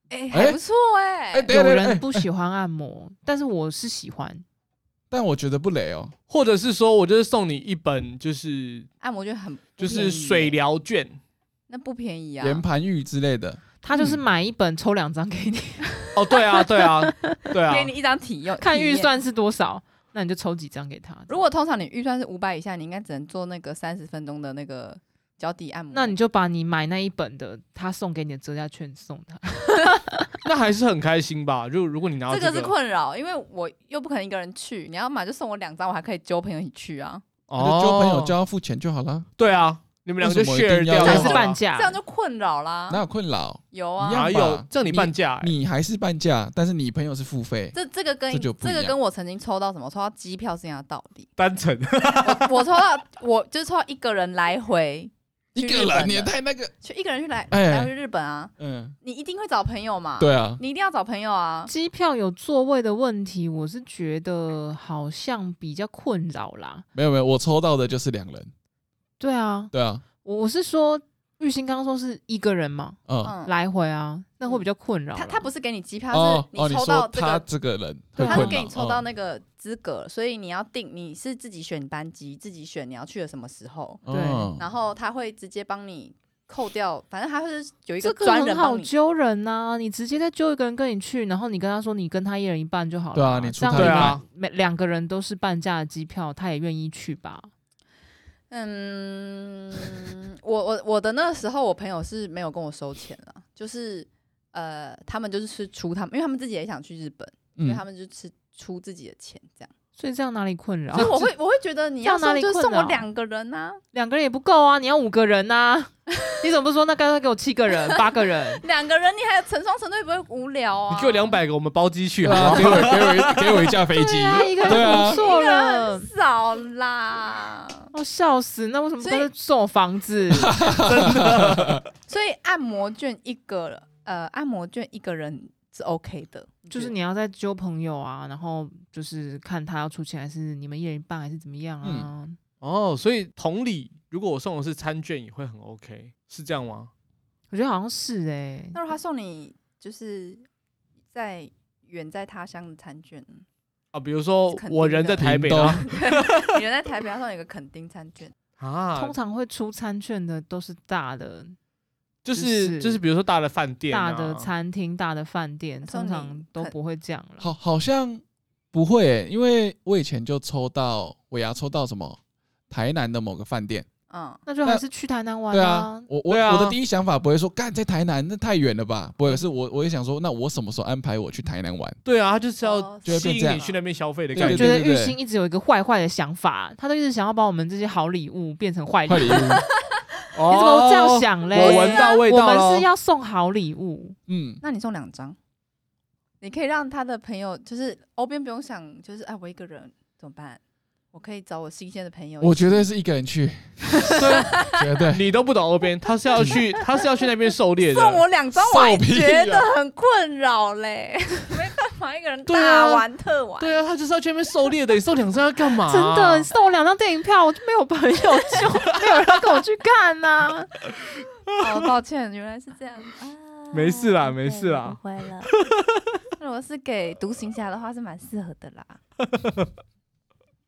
哎、哎还不错哎、哎对有哎哎人不喜欢按摩，但是我是喜欢。但我觉得不雷哦，或者是说我就是送你一本就是按摩券很就便是宜水疗券那不便宜啊，圆盘玉之类的，他嗯就是买一本抽两 张给你，哦，对啊，对啊，对啊，给你一张体用看体验预算是多少，那你就抽几张给他。如果通常你预算是五百以下，你应该只能做那个三十分钟的那个脚底按摩。那你就把你买那一本的他送给你的折价券送他。那还是很开心吧。就如果你拿到这个是个困扰，因为我又不可能一个人去，你要买就送我两张，我还可以揪朋友一起去啊，那就交朋友哦就要付钱就好了，对啊，你们两个就为什么 share 一定要掉就 还这样好是了半价，哦这样就困扰啦。哪有困扰？有啊一样啊，哪吧有这样你你半价欸？你还是半价，但是你朋友是付费，这这个跟这就不一样个跟我曾经抽到什么抽到机票是一样的道理。单 程我我抽到我就是抽到一个人来回一去个日本人你也的太那个，去一个人去来哎来回日本啊，嗯，你一定会找朋友嘛？，对啊，你一定要找朋友啊。机票有座位的问题，我是觉得好像比较困扰啦。没有没有，我抽到的就是两人，对啊，对啊，我我是说，玉兴刚刚说是一个人嘛，嗯，嗯，来回啊，那会比较困扰啦。他他不是给你机票，哦是哦，你抽说到这他个这个人对会他困是扰，给你抽到嗯那个资格，所以你要定你是自己选班机，自己选你要去的什么时候，对嗯然后他会直接帮你扣掉，反正他是有一这个专很人好帮你。揪人呐、你直接再揪一个人跟你去，然后你跟他说你跟他一人一半就好了。对啊你出这样他一你半们每两个人都是半价的机票，他也愿意去吧？嗯，我我我的那时候，我朋友是没有跟我收钱了，就是呃，他们就是吃出他们，因为他们自己也想去日本，所以他嗯，们就吃出自己的钱这样。所以这样哪里困扰所以？我会我会觉得你要这样送哪里就困送我扰两个人啊，两个人也不够啊，你要五个人呐、 你怎么不说那干脆给我七个人、八个 人？两个人你还有成双成对，不会无聊啊？你给我两百个，我们包机去对好不好？啊，给我给我一给我一架飞机，对啊，一个对人啊不错了。少啦。哦，笑死！那为什么不所以干脆送我房 子？所以按摩券一个，呃，按摩券一个人是 OK 的，就是觉你要再揪嗯朋友啊，然后就是看他要出钱还是你们一人一半还是怎么样啊？ 哦，所以同理，如果我送的是餐券，也会很 OK，是这样吗？我觉得好像是哎、那如果他送你就是在远在他乡的餐券呢，啊，比如说是肯定我人在的台北啊屏东然后你人在台北，他送你一个垦丁餐券，啊通，常会出餐券的都是大的、就就是就是是比如说大的饭店、啊，大的餐厅、大的饭店，送通你常都很不会这样了。好，好像不会欸、因为我以前就抽到尾牙，抽到什么台南的某个饭店。嗯，那就那还是去台南玩对啊，我我、对啊我的第一想法不会说干在台南，那太远了吧？不会，是我我也想说，那我什么时候安排我去台 南玩？对啊，他就是要哦就会吸变这引样你去那边消费的对感我觉。觉得对对玉对兴一直有一个坏坏的想法，他都一直想要把我们这些好礼物变成坏礼物。快你礼物，哦怎么这样？想嘞？我闻到味我道了。们是要送好礼物，嗯，那你送两张，你可以让他的朋友，就是欧边不用想，就是哎，我一个人怎么办？我可以找我新鲜的朋友一起。我绝对是一个人去， 绝 对。你都不懂欧边，他是要去，他是要去那边狩猎的。送我两张， 送我还屁觉得啊很困扰 嘞，没办法一个人对啊大玩特玩。对啊，他就是要去那边狩猎的。你送两张要干啊嘛、啊真的你，送我两张电影票，我就没有朋友，就没有人跟我去看呐、哦，抱歉，原来是这样啊。没事啦误会没事啦了误会了。如果是给独行侠的话，是蛮适合的啦。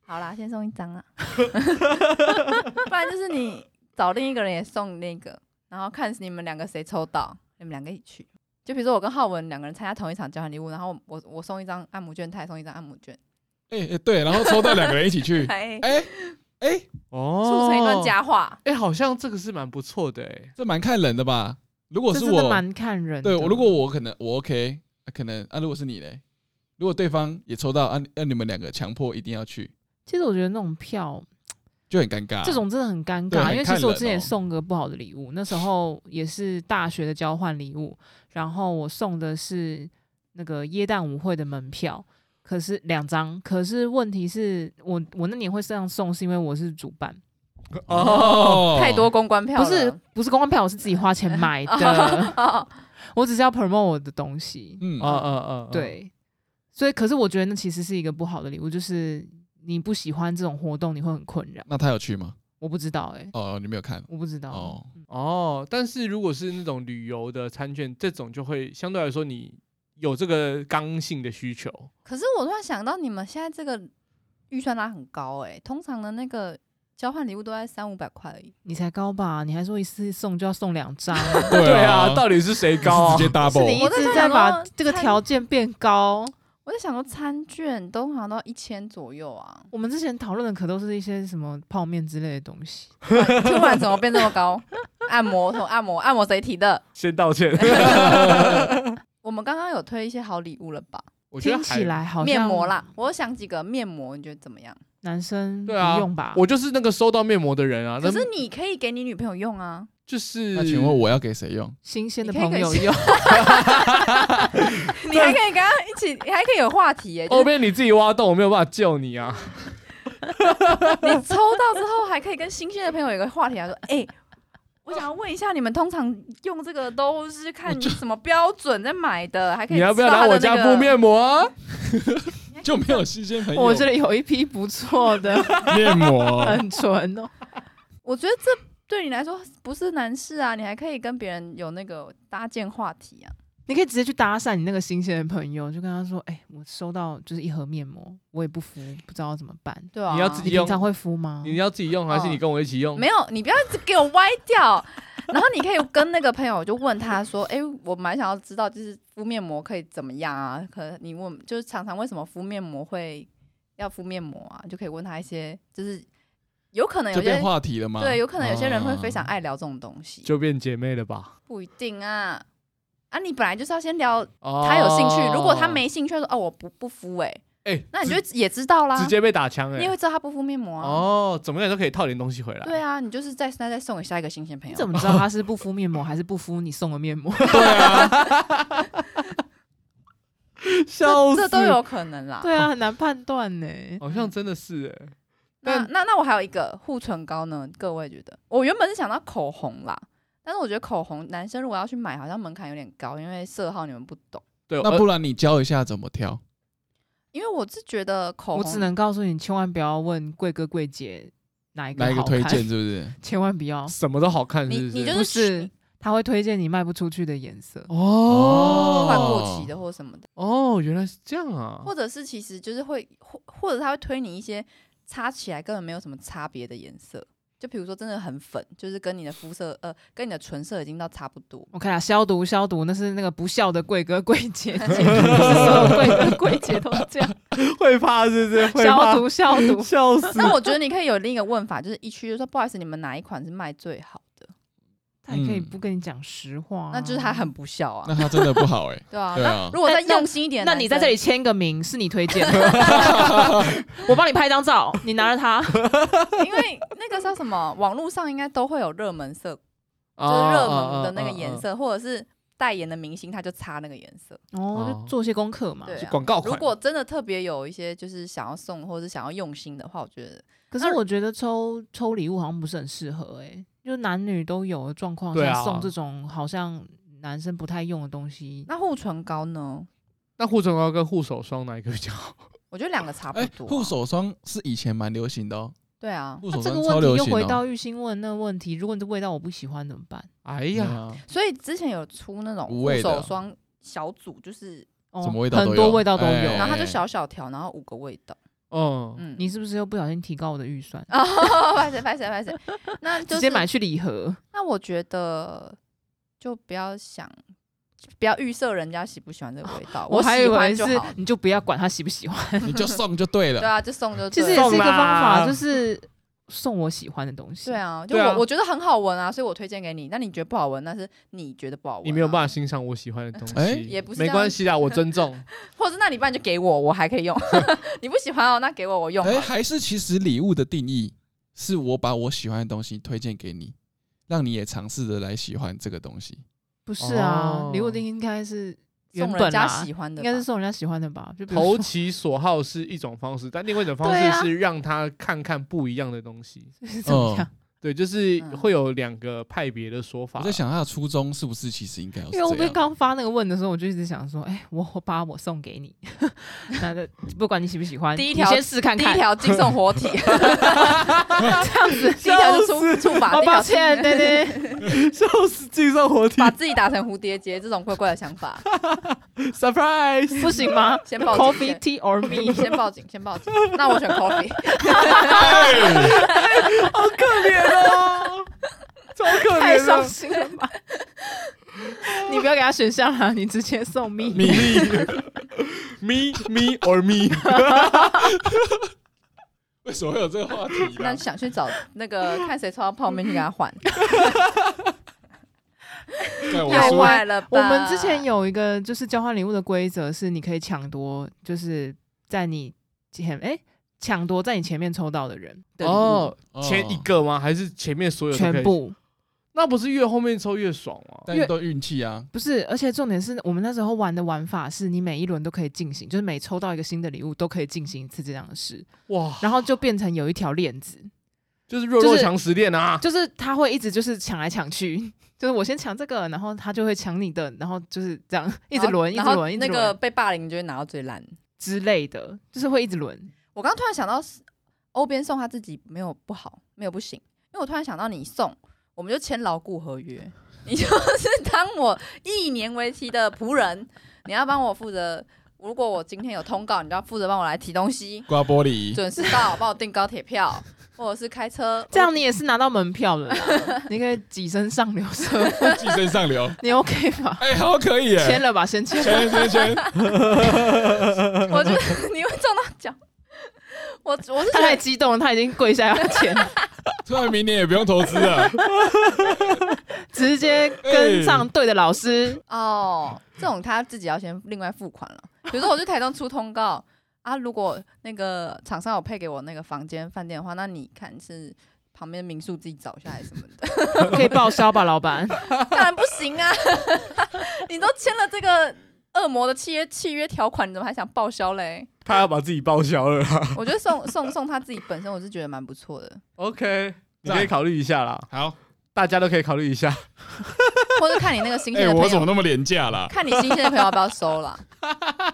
好啦，先送一张啊，不然就是你找另一个人也送那个，然后看你们两个谁抽到，你们两个一起去。就比如说我跟浩文两个人参加同一场交换礼物，然后我我我送一张按摩券，他也送一张按摩券，哎、哎对，然后抽到两个人一 起去，哎，哎哎、哦，促成一段。佳话。哎、好像这个是蛮不错的哎、这蛮看人的吧？如果这是真的我，蛮看人的。对我如果我可能我 OK，、啊、可能啊，如果是你嘞，如果对方也抽到，啊，那你们两个强迫一定要去，其实我觉得那种票，就很尴尬。这种真的很尴啊对尬，很因为其看实我人之前也哦送个不好的礼物，那时候也是大学的交换礼物，然后我送的是那个耶诞舞会的门票，可是两张，可是问题是我我那年会这样送，是因为我是主办，哦太多公关票不了是不是公关票，我是自己花钱买的， 哦我只是要 promote 我的东西，嗯啊啊啊！对，所以可是我觉得那其实是一个不好的礼物，就是你不喜欢这种活动，你会很困扰，那他有去吗？我不知道哎、哦，你没有看我不知道哦，哦，但是如果是那种旅游的餐券，这种就会相对来说你有这个刚性的需求。可是我突然想到，你们现在这个预算拉很高哎、通常的那个交换礼物都在三五百块而已。你才高吧？你还说一次送就要送两 张，对啊，啊，到底是谁高啊直？接是你 double，哦一直在把这个条件变高。，我在想说，餐券都好像到一千左右啊我们之前讨论的可都是一些什么泡面之类的东西，突然怎么变这么高？按摩，从按摩，按摩谁提的？ 先道歉。哎我们刚刚有推一些好礼物了吧？我觉得听起来好像面膜啦，我有想几个面膜，你觉得怎么样？男生不对啊用吧还，？我就是那个收到面膜的人啊。可那是你可以给你女朋友用 啊，就是，那请问我要给谁用？新鲜的你可以朋给友谁用，你还可以跟她一起，你还可以有话题哎耶、就后是面你自己挖洞，我没有办法救你啊。哦你抽到之后还可以跟新鲜的朋友有个话题啊，说，哎、我想要问一下，你们通常用这个都是看什么标准在买的？还可以你要不要知道来它的我家那个敷？面膜啊？就没有新鲜朋友，我这里有一批不错 的，面膜，很纯哦。我觉得这对你来说不是难事啊，你还可以跟别人有那个搭建话题啊。你可以直接去搭讪你那个新鲜的朋友，就跟他说：“哎、我收到就是一盒面膜，我也不敷，不知道怎么办。对啊，你要自你己平常会敷吗？你要自己用还是哦你跟我一起用？没有，你不要一直给我歪掉。然后你可以跟那个朋友就问他说：“哎、我蛮想要知道，就是敷面膜可以怎么样啊？可能你问就是常常为什么敷面膜会要敷面膜啊？就可以问他一些，就是有可能就有变些话题了吗？对，有可能有些人会非常啊爱聊这种东西，哦就变姐妹了吧？不一定啊。啊，你本来就是要先聊哦他有兴趣，如果他，没兴趣，他说哦我不不敷哎、哎，那你直就也知道啦直，接被打枪你也哎。会知道他不敷面膜啊。哦，怎么样都可以套点东西回来。对啊，你就是再那再送给下一个新鲜朋你友。怎么知道他是不敷面膜还是不敷你送的 面膜？笑死，这都有可能啦。对啊，很难判断呢、好像真的是哎、那但那那我还有一个护唇膏呢，各位觉得？我原本是想到口红啦，但是我觉得口红男生如果要去买，好像门槛有点高，因为色号你们不懂。对，哦那呃不然你教一下怎么挑？因为我是觉得口我红，只能告诉你，千万不要问贵哥贵姐哪一个来一个好推看荐，，是不是？ 千万不要，什么都好看，你是不你是？就是不是他会推荐你卖不出去的颜色。哦换过期的或什么的，哦，原来是这样啊！或者是其实就是会或或者他会推你一些擦起来根本没有什么差别的颜色，就比如说真的很粉，就是跟你的肤色呃跟你的唇色已经到差不多。我看啊，消毒消毒，那是那个不孝的贵哥贵姐，不是所有贵哥贵姐都这样。会怕是不是？会怕，消毒消 毒笑死！那我觉得你可以有另一个问法，就是一区就说不好意思，你们哪一款是卖最好的？他也可以嗯不跟你讲实话啊、那就是他很不孝啊那，他真的不好哎、对啊。对那啊如果再那用心一点，那你在这里，签个名，是你推荐的， 我帮你拍张照，你拿着它。因为那个叫什么，网络上应该都会有热门色就就哦是热门的那啊个颜，色，或者是代言的明星，他就擦那个颜色。哦，就做些功课嘛。对啊、广哦告如款果真的特别有一些就是想要送或者想要用心的话，我觉得可是我觉得抽抽礼物好像不是很适合哎、就男女都有的状况对下啊送这种好像男生不太用的东西，那护唇膏呢？那护唇膏跟护手霜哪一个比较好？我觉得两个差不哎、多啊、护手霜是以前蛮流行的哦，对啊，护那手这霜个超问题流又行回的哦、到玉兴问那个问题，如果你这味道我不喜欢怎么办？哎对呀，啊，所以之前有出那种无护味的手霜小组，就是哦，什么味道都很多有味道都有。哎然后它就小小条，然后五个味道。嗯，嗯，你是不是又不小心提高我的预算？ 哦，拍谁拍谁拍谁，那就直是接买去礼盒，那我觉得就不要想，不要预设人家喜不喜欢这个味 道。我还以喜欢为就是好。你就不要管他喜不喜欢，你就送就对对了。啊，就送就其实对也了是一个方送啦法，就是送我喜欢的东西。对，啊，就对我、啊我觉得很好闻啊，所以我推荐给你。那你觉得不好闻，那是你觉得不好闻、啊你没有办法法，欣赏我喜欢的东哎西，也不是这没样关系啊，我尊重。 或者是那你不然就给我，我还可以 用。你不喜欢哦，那给我我用好哎、了。还是其实礼物的定义是我把我喜欢的东西推荐给你，让你也尝试着来喜欢这个东西。不是啊哦，礼物定应该是原送本人家啦喜，欢的应吧，该是送人家喜欢的吧？就比如投说其所好是一种方式，但另外一种方对啊式是让他看看不一样的东西。是怎么样？对，就是嗯会有两个派别的说法。我 在，想他的初衷是不是其实应该要是因为我这被样？刚发那个问的时候，我就一直想说，哎，我我把我送给你， 那的不管你喜不喜欢，第一你条先试看第一 看。条惊悚活体，这样子，第一条是触触法，哦，第一条抱是歉，对对， 笑死，镜上活体把自己打成蝴蝶结这种怪怪的想法， ，surprise！哎不行 吗先报警？Coffee, tea or me？先报警，先报警。那我选 coffee，啊可怜哦，超可太怜伤了。心了 吧！你不要给他选项了，你直接 送蜜。 米粒，me me or me，为什么会有这个话题那呢？想去找那个看谁抽到泡面去给他换，对，我太有输啊坏了吧？我们之前有一个就是交换礼物的规则是，你可以抢夺，就是在你前哎抢夺在你前面抽到的人的礼物，哦，哦前一，个吗？还是前面所有都可以全？部那不是越后面抽越爽吗？但都运气啊。不是。而且重点是我们那时候玩的玩法是你每一轮都可以进行，就是每抽到一个新的礼物都可以进行一次这样 的事，哇，然后就变成有一条链子，就是弱就肉是强食恋啊！就是他会一直就是抢来抢去，就是我先抢这个，然后他就会抢你的，然后就是这样一直轮，一直然后轮，一直那个轮被霸凌就会拿到最烂。之类的，就是会一直轮。我刚刚突然想到是，欧边送他自己没有不好，没有不行，因为我突然想到你送，我们就签牢固合约，你就是当我一年为期的仆人，你要帮我负责。如果我今天有通告，你就要负责帮我来提东西，刮玻璃，准时到，帮我订高铁票，或者是开车。这样你也是拿到门票了啦， 你可以跻身上流社会，寄生上流。你 OK 吧？哎、好像可以耶、签了吧，先签。签签签， 我我觉得 你会中到奖。我我是他觉得太激动了，他已经跪下要签，突然明年也不用投资了。直接跟上对的 老师。哦，这种他自己要先另外付款了。比如说我去台东出通告啊，如果那个厂商有配给我那个房间饭店的话，那你看是旁边民宿自己找下来什么的，可以报销吧，老板？当然不行啊！ 你都签了这个恶魔的契约契约条款，你怎么还想报销嘞？他要把自己报销了啦。我觉得送送送他自己本身，我是觉得蛮不错的， OK，你赞可以考虑一下啦，好，大家都可以考虑一下。或者看你那个新哎、鲜的朋我怎么友。那么廉价啦？ 看你新鲜的朋友要不要收啦，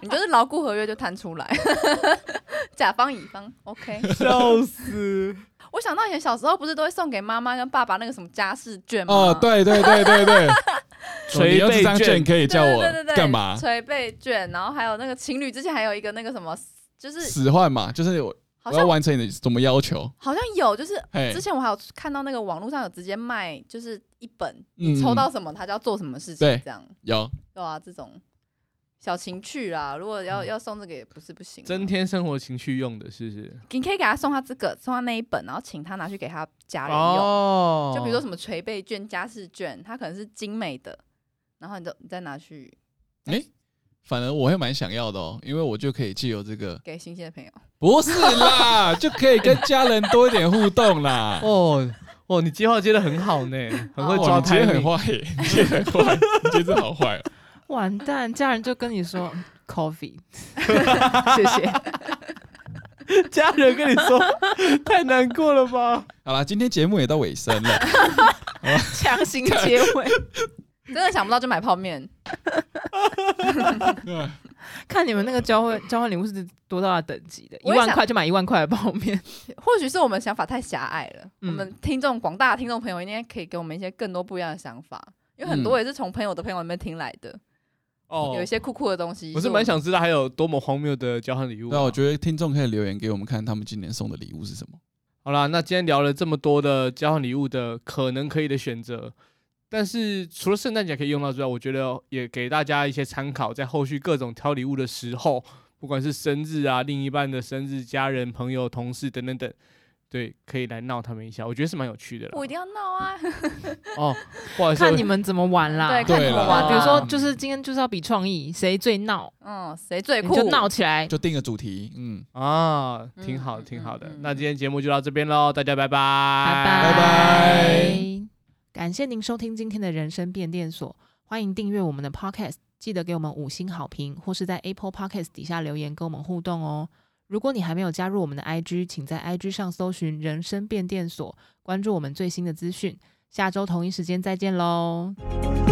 你就是牢固合约就摊出来， 甲方乙方，OK。笑 死！我想到以前小时候不是都会送给妈妈跟爸爸那个什么家事卷吗？哦，对对对 对对，捶你要这背张卷券可以对，叫我对对对干嘛？捶背卷，然后还有那个情侣之前还有一个那个什么，就是使唤嘛，就是我好我要哎像完成你的什么要求？好像有，就是嘿之，前我还有看到那个网络上有直接卖，就是一本嗯抽到什么他就要做什么事情对，这样有对啊，这种小情趣啊，如果嗯要要送这个也不是不行啊，增添生活情趣用的，是不是？你可以给他送他这个，送他那一本，然后请他拿去给他家人用。哦就比如说什么捶背卷、家事卷，它可能是精美的，然后你就你再拿去反而我会蛮想要的哦，因为我就可以借由这个，给新鲜的朋友。不是 啦，就可以跟家人多一点互动啦。哦哦，你接话接的很好 呢，很会哇抓你接拍很坏耶，你接很坏， 你接真 好坏哦。完蛋，家人就跟你说嗯 coffee，谢谢。 家人跟你 说太难过了吧？好啦，今天节目也到尾声了， 强行结尾，真的想不到就买泡面， 啊看你们那个交换交换礼物是多大的等级的，一我也万想块就买一万块的泡 面，或许是我们想法太狭隘了。嗯我们听众广大的听众朋友应该可以给我们一些更多不一样的想法，因为很多也是从朋友的朋友里面听来的，嗯哦有哦一些酷酷的东西。我是们蛮想知道还有多么荒谬的交换礼物啊。那我觉得听众可以留言给我们看，他们今年送的礼物是什么。好啦，那今天聊了这么多的交换礼物的可能可以的选择，但是除了圣诞节可以用到之外，我觉得也给大家一些参考，在后续各种挑礼物的时候，不管是生日啊、另一半的生日、家人、朋友、同事等等等，对，可以来闹他们一下，我觉得是蛮有趣的啦。不一定要闹啊，哦，不好意思，看你们怎么玩啦。对，看对怎么啦玩啊。比如说，就是今天就是要比创意，谁最闹，嗯，谁最你酷？就闹起来。就定个主题，嗯，啊，嗯挺好，嗯挺嗯好的。嗯那今天节目就到这边喽，大家拜拜，拜拜拜。感谢您收听今天的人生变电所，欢迎订阅我们的 Podcast，记得给我们五星好评，或是在 Apple Podcast 底下留言跟我们互动哦。如果你还没有加入我们的 IG，请在 IG 上搜寻“人生变电所”，关注我们最新的资讯。下周同一时间再见喽！拜